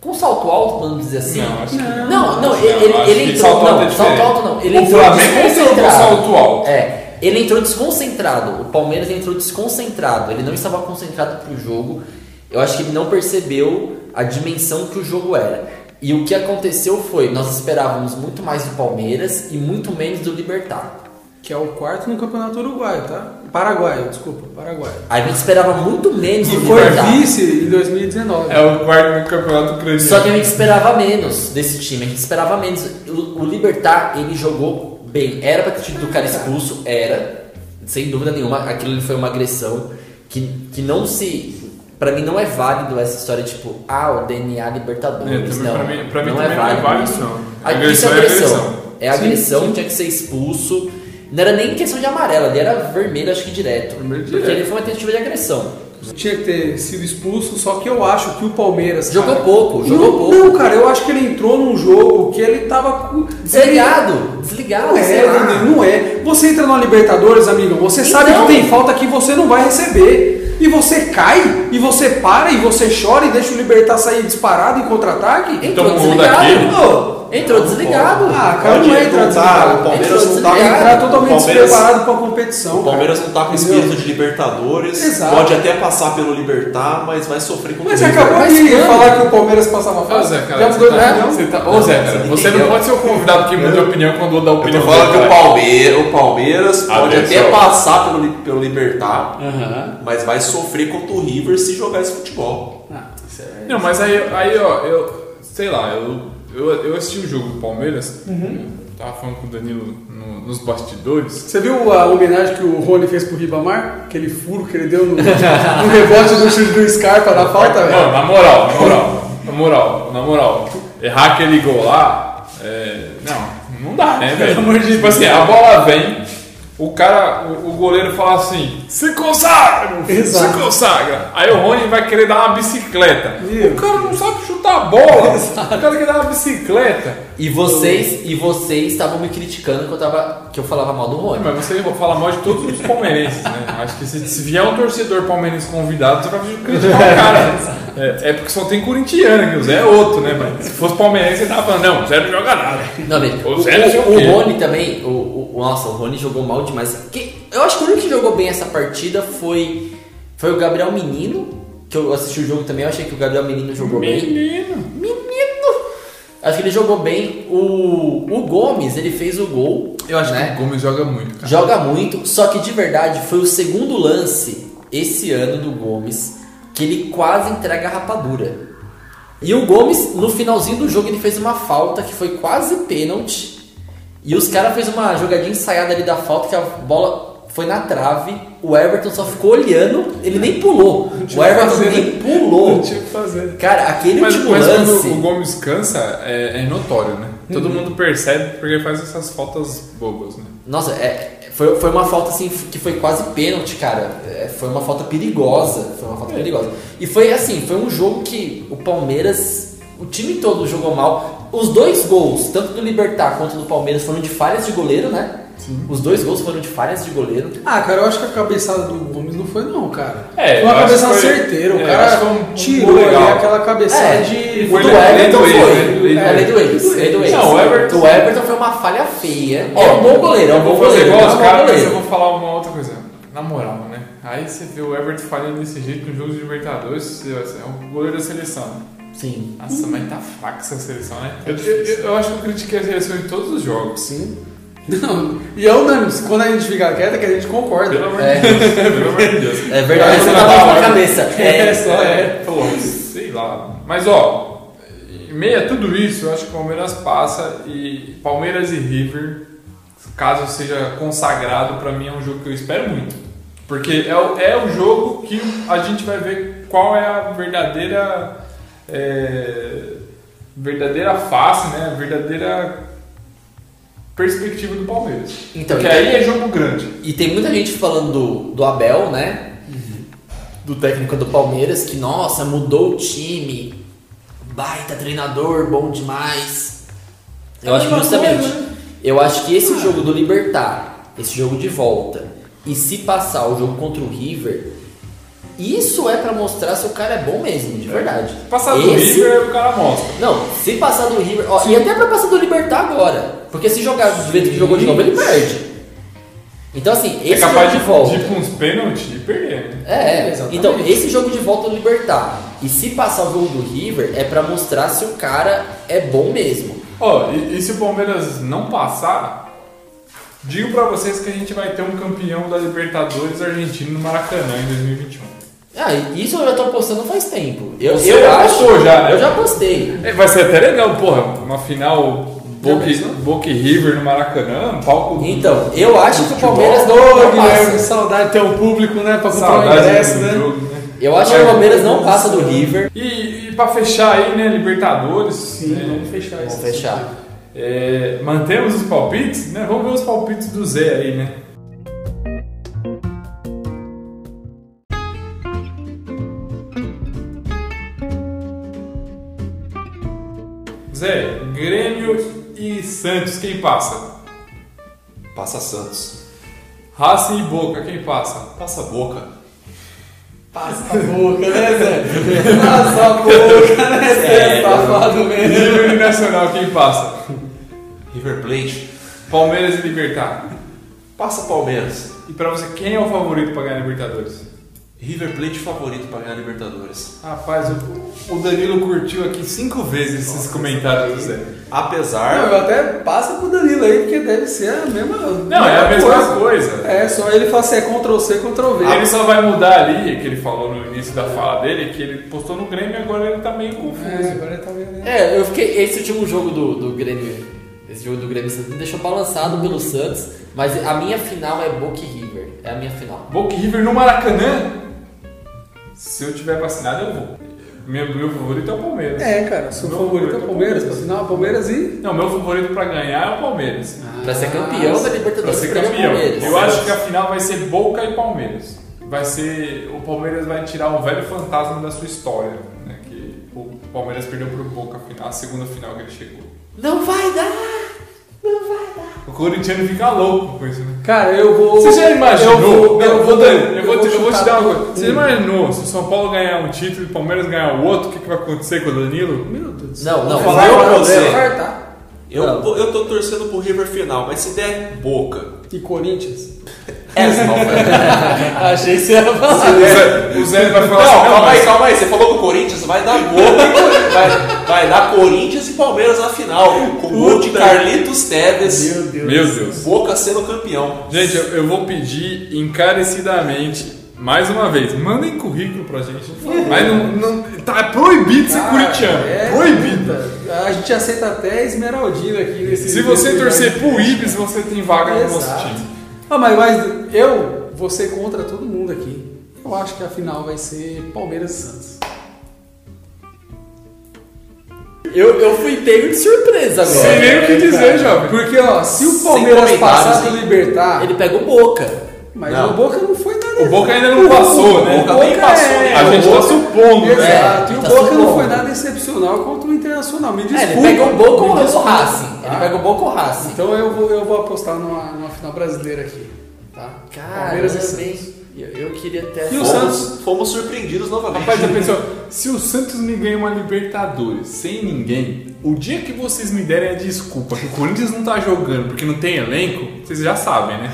[SPEAKER 4] com salto alto, vamos dizer assim.
[SPEAKER 2] Não, acho que não.
[SPEAKER 4] Não, não,
[SPEAKER 2] Acho que
[SPEAKER 4] ele,
[SPEAKER 2] não,
[SPEAKER 4] ele,
[SPEAKER 2] acho
[SPEAKER 4] ele
[SPEAKER 2] que
[SPEAKER 4] entrou.
[SPEAKER 2] salto alto é
[SPEAKER 4] Não, salto
[SPEAKER 2] diferente.
[SPEAKER 4] alto não. Ele
[SPEAKER 2] O
[SPEAKER 4] entrou
[SPEAKER 2] Flamengo entrou com
[SPEAKER 4] desconcentrado.
[SPEAKER 2] salto alto.
[SPEAKER 4] É. Ele entrou desconcentrado. O Palmeiras entrou desconcentrado. Ele não estava concentrado pro jogo. Eu acho que ele não percebeu a dimensão que o jogo era. E o que aconteceu foi, nós esperávamos muito mais do Palmeiras e muito menos do Libertar.
[SPEAKER 1] Que é o quarto no Campeonato Uruguaio, tá? Paraguai, desculpa, Paraguai.
[SPEAKER 4] A gente esperava muito menos
[SPEAKER 1] Que
[SPEAKER 4] do
[SPEAKER 1] foi
[SPEAKER 4] Libertar.
[SPEAKER 1] vice em 2019.
[SPEAKER 2] É o quarto do campeonato ucraniano.
[SPEAKER 4] Só que a gente esperava menos desse time, a gente esperava menos. O, o Libertar, ele jogou bem. Era pra ter tido o cara expulso, era. Sem dúvida nenhuma, aquilo ali foi uma agressão que, que não se. Pra mim não é válido essa história, tipo, ah, o DNA
[SPEAKER 2] É,
[SPEAKER 4] Libertadores.
[SPEAKER 2] também
[SPEAKER 4] não,
[SPEAKER 2] pra mim- pra mim
[SPEAKER 4] não
[SPEAKER 2] também
[SPEAKER 4] é
[SPEAKER 2] não é
[SPEAKER 4] válido.
[SPEAKER 2] válido,
[SPEAKER 4] isso.
[SPEAKER 2] não.
[SPEAKER 4] Aqui isso
[SPEAKER 2] Agressão
[SPEAKER 4] é
[SPEAKER 2] é
[SPEAKER 4] agressão.
[SPEAKER 2] agressão.
[SPEAKER 4] É agressão, tinha que ser expulso. Não era nem questão de amarelo, ali era vermelho, acho que direto.
[SPEAKER 2] Vermelho
[SPEAKER 4] Porque
[SPEAKER 2] direto.
[SPEAKER 4] ele foi uma tentativa de agressão.
[SPEAKER 1] Tinha que ter sido expulso, só que eu acho que o Palmeiras.
[SPEAKER 4] Jogou
[SPEAKER 1] cara,
[SPEAKER 4] pouco, jogou
[SPEAKER 1] não,
[SPEAKER 4] pouco.
[SPEAKER 1] Não, cara, eu acho que ele entrou num jogo que ele tava. com-
[SPEAKER 4] Desligado,
[SPEAKER 1] Ele-
[SPEAKER 4] desligado.
[SPEAKER 1] Não é,
[SPEAKER 4] sei lá.
[SPEAKER 1] Daniel, não é. Você entra na Libertadores, amigo, você sabe
[SPEAKER 4] Então.
[SPEAKER 1] que tem falta que você não vai receber. E você cai, e você para, e você chora, e deixa o Libertar sair disparado em contra-ataque.
[SPEAKER 4] Entrou
[SPEAKER 2] Então, muda aqui.
[SPEAKER 4] desligado. pô. Entrou desligado.
[SPEAKER 1] Ah, cara,
[SPEAKER 3] Então, Pode
[SPEAKER 1] não entra
[SPEAKER 3] voltar,
[SPEAKER 1] desligado.
[SPEAKER 3] o Palmeiras
[SPEAKER 4] Entrou
[SPEAKER 3] não tá
[SPEAKER 4] desligado.
[SPEAKER 1] Entrar totalmente
[SPEAKER 3] o Palmeiras-
[SPEAKER 1] despreparado pra competição.
[SPEAKER 3] O Palmeiras
[SPEAKER 1] cara.
[SPEAKER 3] não tá com
[SPEAKER 1] Entendeu?
[SPEAKER 3] espírito de Libertadores,
[SPEAKER 1] Exato.
[SPEAKER 3] pode até passar pelo Libertar, mas vai sofrer com o
[SPEAKER 1] Mas
[SPEAKER 3] River.
[SPEAKER 1] acabou
[SPEAKER 4] Mas
[SPEAKER 1] de
[SPEAKER 4] quando?
[SPEAKER 1] falar que o Palmeiras passava
[SPEAKER 2] Ô,
[SPEAKER 1] fase.
[SPEAKER 3] é,
[SPEAKER 2] Zé,
[SPEAKER 1] Já
[SPEAKER 2] cara, você
[SPEAKER 1] mudou de
[SPEAKER 2] tá,
[SPEAKER 1] opinião?
[SPEAKER 2] você tá- ô, Zé, cara,
[SPEAKER 3] Você
[SPEAKER 2] você não
[SPEAKER 3] entendeu?
[SPEAKER 2] pode ser o convidado que muda a opinião quando eu dou a
[SPEAKER 3] Eu tô
[SPEAKER 2] opinião.
[SPEAKER 3] falando que o
[SPEAKER 2] contrária.
[SPEAKER 3] Palmeiras, o Palmeiras pode
[SPEAKER 2] Atenção.
[SPEAKER 3] até passar pelo, Li- pelo Libertar,
[SPEAKER 1] Aham.
[SPEAKER 3] mas vai sofrer contra o River se jogar esse futebol.
[SPEAKER 1] Ah, isso é-
[SPEAKER 2] Não, mas aí, aí ó, eu. Sei lá, eu, eu, eu assisti o jogo do Palmeiras.
[SPEAKER 4] Uhum.
[SPEAKER 2] eu Tava falando com o Danilo no- nos bastidores.
[SPEAKER 1] Você viu a homenagem que o Rony fez pro Ribamar? Aquele furo que ele deu no, no rebote do chute do Scarpa na falta,
[SPEAKER 2] Mano,
[SPEAKER 1] velho?
[SPEAKER 2] na moral, na moral, na moral, na moral. Errar aquele gol lá, é, não, não dá, né, velho?
[SPEAKER 1] amor de
[SPEAKER 2] Tipo assim, a bola vem, o cara, o, o goleiro fala assim, se consagra, meu filho, se
[SPEAKER 1] Exato.
[SPEAKER 2] consagra. Aí o Rony vai querer dar uma bicicleta.
[SPEAKER 1] Meu.
[SPEAKER 2] O cara não sabe chutar a bola, o cara quer dar uma bicicleta.
[SPEAKER 4] E vocês, e vocês estavam me criticando que eu tava, que eu falava mal do Rony.
[SPEAKER 2] Mas você fala mal de todos os palmeirenses, né? Acho que se, se vier um torcedor palmeirense convidado, você vai criticar
[SPEAKER 4] É.
[SPEAKER 2] o cara. É, é porque só tem corintiano aqui, o Zé é outro, né? Mas se fosse palmeirense, ele tava falando, não, o Zé não joga nada.
[SPEAKER 4] Não, bem,
[SPEAKER 2] O
[SPEAKER 4] o,
[SPEAKER 2] Zé não sei o
[SPEAKER 4] o- o
[SPEAKER 2] quê.
[SPEAKER 4] Rony também, o, o- nossa, o Rony jogou mal demais. Quem- eu acho que o único que jogou bem essa partida foi, foi o Gabriel Menino, que eu assisti o jogo também, eu achei que o Gabriel Menino jogou bem.
[SPEAKER 2] Menino.
[SPEAKER 4] Menino! Acho que ele jogou bem. O, o Gomes, ele fez o gol.
[SPEAKER 2] Eu acho
[SPEAKER 4] né?
[SPEAKER 2] que o Gomes joga muito, cara.
[SPEAKER 4] Joga muito, só que de verdade foi o segundo lance esse ano do Gomes que ele quase entrega a rapadura. E o Gomes, no finalzinho do jogo, ele fez uma falta que foi quase pênalti. E os caras fez uma jogadinha ensaiada ali da falta que a bola foi na trave. O Everton só ficou olhando, ele nem pulou. O Everton
[SPEAKER 1] fazer,
[SPEAKER 4] nem
[SPEAKER 1] Não
[SPEAKER 4] pulou.
[SPEAKER 1] tinha o que fazer.
[SPEAKER 4] Cara, aquele
[SPEAKER 2] Mas,
[SPEAKER 4] último
[SPEAKER 2] mas
[SPEAKER 4] lance. Uhum.
[SPEAKER 2] quando o Gomes cansa, é, é notório, né? Todo mundo percebe porque ele faz essas faltas bobas, né?
[SPEAKER 4] Nossa, é- foi, foi uma falta assim que foi quase pênalti, cara. É, foi uma falta perigosa. Foi uma falta perigosa. E foi assim, foi um jogo que o Palmeiras, o time todo jogou mal. Os dois gols, tanto do Libertar quanto do Palmeiras, foram de falhas de goleiro, né? Os dois gols foram de falhas de goleiro.
[SPEAKER 1] Ah, cara, eu acho que a cabeçada do Gomes não foi não, cara. foi
[SPEAKER 2] É, eu
[SPEAKER 1] uma
[SPEAKER 2] acho
[SPEAKER 1] cabeçada
[SPEAKER 2] que foi-
[SPEAKER 1] certeira. O
[SPEAKER 2] é,
[SPEAKER 1] cara
[SPEAKER 2] acho que foi um- um
[SPEAKER 1] tirou
[SPEAKER 2] gol
[SPEAKER 1] ali
[SPEAKER 2] legal.
[SPEAKER 1] aquela cabeçada
[SPEAKER 4] É,
[SPEAKER 1] de...
[SPEAKER 4] e
[SPEAKER 2] foi
[SPEAKER 4] do
[SPEAKER 2] lei- lei
[SPEAKER 4] Everton
[SPEAKER 2] do
[SPEAKER 4] foi.
[SPEAKER 2] ex, lei do
[SPEAKER 4] É, lei do
[SPEAKER 1] ex.
[SPEAKER 4] ex. Lei do ex.
[SPEAKER 2] Não, o Everton-
[SPEAKER 4] Do Everton foi uma falha feia.
[SPEAKER 2] Ó,
[SPEAKER 4] é um bom goleiro, é um bom
[SPEAKER 2] Vou fazer
[SPEAKER 4] goleiro.
[SPEAKER 2] igual os
[SPEAKER 4] é um bom
[SPEAKER 2] caras, né? mas
[SPEAKER 4] goleiro.
[SPEAKER 2] eu vou falar uma outra coisa. Na moral, né? Aí você vê o Everton falhando desse jeito no jogo de Libertadores, você vai ser um goleiro da seleção.
[SPEAKER 4] Sim.
[SPEAKER 2] É Nossa, mas tá fraca essa seleção, né? Eu, eu- eu acho que eu critiquei a seleção em todos os jogos.
[SPEAKER 1] Sim. Não, e é unânime. Quando a gente fica quieto, é que a gente concorda.
[SPEAKER 2] Pelo amor
[SPEAKER 4] É.
[SPEAKER 2] de Deus. Pelo amor de Deus.
[SPEAKER 4] É verdade,
[SPEAKER 2] Vai
[SPEAKER 4] você
[SPEAKER 2] tomar
[SPEAKER 4] tá
[SPEAKER 2] uma
[SPEAKER 4] bom na
[SPEAKER 2] hora.
[SPEAKER 4] cabeça.
[SPEAKER 1] É,
[SPEAKER 4] É,
[SPEAKER 1] só é.
[SPEAKER 2] Falou, sei lá. Mas ó, em meio a tudo isso, eu acho que o Palmeiras passa e Palmeiras e River, caso seja consagrado, pra mim é um jogo que eu espero muito. Porque é o, é o jogo que a gente vai ver qual é a verdadeira. é, verdadeira face, né? Verdadeira perspectiva do Palmeiras.
[SPEAKER 4] Então,
[SPEAKER 2] Porque
[SPEAKER 4] então-
[SPEAKER 2] aí é jogo grande.
[SPEAKER 4] E tem muita gente falando do, do Abel, né? Do técnico do Palmeiras, que nossa, mudou o time. Baita treinador, bom demais. Eu
[SPEAKER 2] É a
[SPEAKER 4] acho que
[SPEAKER 2] mesma
[SPEAKER 4] justamente.
[SPEAKER 2] coisa, né? Ah.
[SPEAKER 4] Eu acho que esse jogo do Libertar, esse jogo de volta, e se passar o jogo contra o River, isso é pra mostrar se o cara é bom mesmo, de verdade.
[SPEAKER 2] Passar do
[SPEAKER 4] Esse-
[SPEAKER 2] River, o cara mostra.
[SPEAKER 4] Não, se passar do River. ó, e até pra passar do Libertar agora. Porque se jogar do jeito que jogou de novo, ele perde. Então, assim,
[SPEAKER 2] É
[SPEAKER 4] esse
[SPEAKER 2] capaz de,
[SPEAKER 4] jogo de volta.
[SPEAKER 2] de ir com uns pênaltis e perder, né?
[SPEAKER 4] É, é.
[SPEAKER 1] Exatamente.
[SPEAKER 4] então esse jogo de volta do Libertar. E se passar o jogo do River, é pra mostrar se o cara é bom mesmo.
[SPEAKER 2] Ó, e, e se o Palmeiras não passar, digo pra vocês que a gente vai ter um campeão da Libertadores argentino no Maracanã em 2021.
[SPEAKER 4] Ah, isso eu já tô apostando faz tempo. Eu,
[SPEAKER 2] Você
[SPEAKER 4] eu
[SPEAKER 2] já
[SPEAKER 4] acho.
[SPEAKER 2] apostou já, né?
[SPEAKER 4] Eu já apostei.
[SPEAKER 2] É, vai ser até legal, porra, uma final Boca, e-
[SPEAKER 4] pensou?
[SPEAKER 2] Boca e River no Maracanã, um palco...
[SPEAKER 4] Então, eu acho que o Palmeiras não,
[SPEAKER 1] Ô,
[SPEAKER 4] não
[SPEAKER 1] Guilherme,
[SPEAKER 4] passa.
[SPEAKER 1] saudade de ter um público, né? Pra comprar um
[SPEAKER 2] Saudade
[SPEAKER 1] ingresso,
[SPEAKER 2] do
[SPEAKER 1] né?
[SPEAKER 2] jogo, né?
[SPEAKER 4] Eu acho que o Palmeiras não passa do River.
[SPEAKER 2] E, e pra fechar aí, né, Libertadores... né,
[SPEAKER 1] fechar
[SPEAKER 4] Vamos fechar.
[SPEAKER 2] é, mantemos os palpites, né? Vamos ver os palpites do Zé aí, né? Zé, Grêmio e Santos, quem passa?
[SPEAKER 3] Passa Santos.
[SPEAKER 2] Racing e Boca, quem passa?
[SPEAKER 3] Passa Boca.
[SPEAKER 1] Passa a boca, né, Zé? Passa a boca, né,
[SPEAKER 4] É,
[SPEAKER 1] Zé? Safado mesmo.
[SPEAKER 2] River e Nacional, quem passa?
[SPEAKER 3] River Plate.
[SPEAKER 2] Palmeiras e Libertar.
[SPEAKER 3] Passa Palmeiras.
[SPEAKER 2] E pra você, quem é o favorito pra ganhar a Libertadores?
[SPEAKER 3] River Plate favorito para ganhar a Libertadores.
[SPEAKER 2] Rapaz, o, o Danilo curtiu aqui cinco vezes esses comentários do Zé.
[SPEAKER 1] Não,
[SPEAKER 3] Apesar.
[SPEAKER 1] Ah, eu até passa pro Danilo aí, porque deve ser a mesma.
[SPEAKER 2] Não, é a mesma coisa.
[SPEAKER 1] É, só ele fala assim, é Ctrl-C, Ctrl-V.
[SPEAKER 2] Ele só vai mudar ali, que ele falou no início da fala dele, que ele postou no Grêmio e agora ele tá meio
[SPEAKER 1] É,
[SPEAKER 2] confuso.
[SPEAKER 1] agora ele tá vendo.
[SPEAKER 2] né?
[SPEAKER 4] É, eu fiquei. Esse último jogo do, do Grêmio. Esse jogo do Grêmio Santos me deixou balançado pelo Santos. Mas a minha final é Boca e River. É a minha final.
[SPEAKER 2] Boca e River no Maracanã? Se eu tiver vacinado, eu vou. Meu, meu favorito é o Palmeiras.
[SPEAKER 1] É, cara, seu
[SPEAKER 2] Meu
[SPEAKER 1] favorito é o Palmeiras, pra final é o Palmeiras e.
[SPEAKER 2] Não, meu favorito pra ganhar é o Palmeiras.
[SPEAKER 4] Pra ser campeão da
[SPEAKER 2] Ah, Pra
[SPEAKER 4] Libertadores,
[SPEAKER 2] ser
[SPEAKER 4] pra mim é o
[SPEAKER 2] campeão.
[SPEAKER 4] Palmeiras.
[SPEAKER 2] Eu acho que a final vai ser Boca e Palmeiras. Vai ser. O Palmeiras vai tirar um velho fantasma da sua história. Né? Que o Palmeiras perdeu pro Boca a, final, a segunda final que ele chegou.
[SPEAKER 4] Não vai dar! Não vai dar!
[SPEAKER 2] O corintiano fica louco com isso, né?
[SPEAKER 1] Cara, eu vou.
[SPEAKER 2] Você já imaginou?
[SPEAKER 1] Eu vou,
[SPEAKER 2] Não,
[SPEAKER 1] eu vou,
[SPEAKER 2] Dani, eu vou, te, eu vou te
[SPEAKER 1] chutar
[SPEAKER 2] dar Hum. uma
[SPEAKER 1] tudo.
[SPEAKER 2] coisa. Você já imaginou se o São Paulo ganhar um título e o Palmeiras ganhar o outro, o que, que vai acontecer com o Danilo?
[SPEAKER 1] Meu Deus do céu.
[SPEAKER 4] Não, não,
[SPEAKER 3] Vou falar pra
[SPEAKER 4] não,
[SPEAKER 3] você.
[SPEAKER 4] não.
[SPEAKER 1] Infartar.
[SPEAKER 3] Eu,
[SPEAKER 4] Não.
[SPEAKER 3] tô- eu tô torcendo pro River final, mas se der Boca.
[SPEAKER 1] E Corinthians?
[SPEAKER 3] É,
[SPEAKER 1] Achei que você ia falar.
[SPEAKER 2] O Zé, o Zé vai falar assim,
[SPEAKER 3] Não, calma aí,
[SPEAKER 2] mas-
[SPEAKER 3] calma aí. Você falou do Corinthians, vai dar Boca e Corinthians. Vai, vai dar Corinthians e Palmeiras na final. Com o gol de Carlitos Teves.
[SPEAKER 2] Meu Deus.
[SPEAKER 3] Boca sendo campeão.
[SPEAKER 2] Gente, eu, eu vou pedir encarecidamente, mais uma vez, mandem currículo pra gente. Mas não, não- tá proibido ser corintiano.
[SPEAKER 1] é,
[SPEAKER 2] proibido.
[SPEAKER 1] puta. A gente aceita até Esmeraldina aqui nesse.
[SPEAKER 2] Se você
[SPEAKER 1] nesse
[SPEAKER 2] torcer
[SPEAKER 1] lugar.
[SPEAKER 2] pro Ibis, você tem vaga no nosso
[SPEAKER 1] Exato.
[SPEAKER 2] time.
[SPEAKER 1] Ah, mas, mas eu vou ser contra todo mundo aqui. Eu acho que a final vai ser Palmeiras e Santos.
[SPEAKER 4] Eu, eu fui pego de surpresa agora.
[SPEAKER 2] Sem nem o que dizer, jovem.
[SPEAKER 1] Porque, ó, se o
[SPEAKER 3] Sem
[SPEAKER 1] Palmeiras
[SPEAKER 3] comentários,
[SPEAKER 2] assim,
[SPEAKER 1] passar do
[SPEAKER 3] hein?
[SPEAKER 1] Libertar,
[SPEAKER 4] Ah, Ele pega o Boca. É,
[SPEAKER 1] mas
[SPEAKER 3] Não.
[SPEAKER 1] o Boca não foi nada.
[SPEAKER 2] O Boca ainda não passou, né?
[SPEAKER 3] O Boca nem passou, né?
[SPEAKER 2] A gente tá supondo, né?
[SPEAKER 1] é, Exato, e o
[SPEAKER 4] Tá
[SPEAKER 1] Boca não
[SPEAKER 4] supondo.
[SPEAKER 1] foi nada excepcional contra o Internacional. Me desculpa.
[SPEAKER 4] É, ele
[SPEAKER 2] um
[SPEAKER 4] pega o Boca
[SPEAKER 1] me
[SPEAKER 4] ou o
[SPEAKER 1] desculpa,
[SPEAKER 4] Racing. Ele
[SPEAKER 1] tá?
[SPEAKER 4] pega o Boca ou o Racing.
[SPEAKER 1] Então eu vou, eu vou apostar numa, numa final brasileira aqui. Tá? Palmeiras e
[SPEAKER 4] bem.
[SPEAKER 1] Santos.
[SPEAKER 4] Eu, eu queria ter.
[SPEAKER 1] E o
[SPEAKER 3] fomos,
[SPEAKER 1] Santos?
[SPEAKER 3] fomos surpreendidos novamente.
[SPEAKER 2] Rapaz, já pensou? Se o Santos me ganha uma Libertadores sem ninguém, o dia que vocês me derem a desculpa que o Corinthians não tá jogando porque não tem elenco, vocês já sabem, né?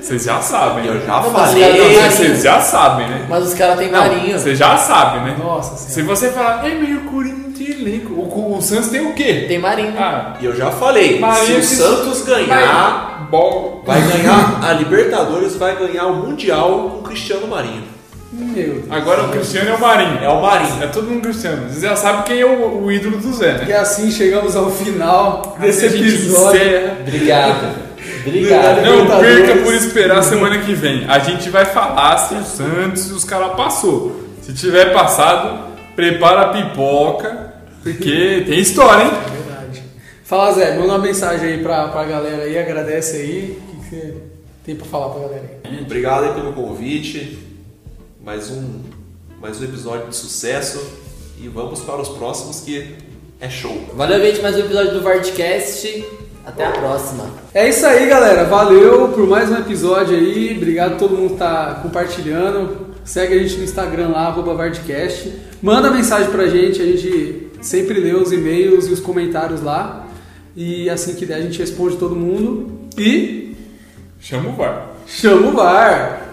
[SPEAKER 2] Vocês já sabem.
[SPEAKER 3] Eu já
[SPEAKER 4] Não,
[SPEAKER 2] Os
[SPEAKER 3] falei.
[SPEAKER 4] mas-
[SPEAKER 2] caras- não,
[SPEAKER 4] Ei.
[SPEAKER 2] Vocês já sabem, né?
[SPEAKER 4] Mas os caras têm
[SPEAKER 2] Não,
[SPEAKER 4] marinho.
[SPEAKER 2] Vocês já sabem, né?
[SPEAKER 1] Nossa
[SPEAKER 2] Se
[SPEAKER 1] senhora.
[SPEAKER 2] você falar, é meio Corinthians tem elenco, o, o o Santos tem o quê?
[SPEAKER 4] Tem Marinho.
[SPEAKER 2] Ah,
[SPEAKER 3] E eu já falei, se
[SPEAKER 2] Marinho
[SPEAKER 3] o
[SPEAKER 2] que-
[SPEAKER 3] Santos ganhar,
[SPEAKER 2] vai- Bom,
[SPEAKER 3] vai ganhar a Libertadores, vai ganhar o Mundial com o Cristiano Marinho.
[SPEAKER 1] Meu Deus.
[SPEAKER 2] Agora o Cristiano é o Marinho.
[SPEAKER 3] É o Marinho.
[SPEAKER 2] É todo mundo Cristiano. Você já sabe quem é o, o ídolo do Zé,
[SPEAKER 1] E
[SPEAKER 2] né?
[SPEAKER 1] assim chegamos ao final desse
[SPEAKER 2] A gente
[SPEAKER 3] né?
[SPEAKER 1] episódio.
[SPEAKER 2] encerra.
[SPEAKER 4] Obrigado. Obrigado.
[SPEAKER 1] Obrigado.
[SPEAKER 2] Não
[SPEAKER 1] Libertadores.
[SPEAKER 2] perca por esperar semana que vem. A gente vai falar se o Santos e os caras passou. Se tiver passado, prepara a pipoca, porque tem história, hein?
[SPEAKER 1] Verdade. Fala, Zé, manda uma mensagem aí pra, pra galera aí, agradece aí. O que, que você tem pra falar pra galera aí?
[SPEAKER 3] Obrigado aí pelo convite. Mais um, mais um episódio de sucesso. E vamos para os próximos que é show.
[SPEAKER 4] Valeu, gente, mais um episódio do Vardcast. Até a próxima.
[SPEAKER 1] É isso aí, galera. Valeu por mais um episódio aí. Obrigado a todo mundo que tá compartilhando. Segue a gente no Instagram lá, arroba Vardcast. Manda mensagem pra gente, a gente sempre lê os e-mails e os comentários lá. E assim que der, a gente responde todo mundo. E
[SPEAKER 2] Chama o VAR.
[SPEAKER 1] chama o VAR!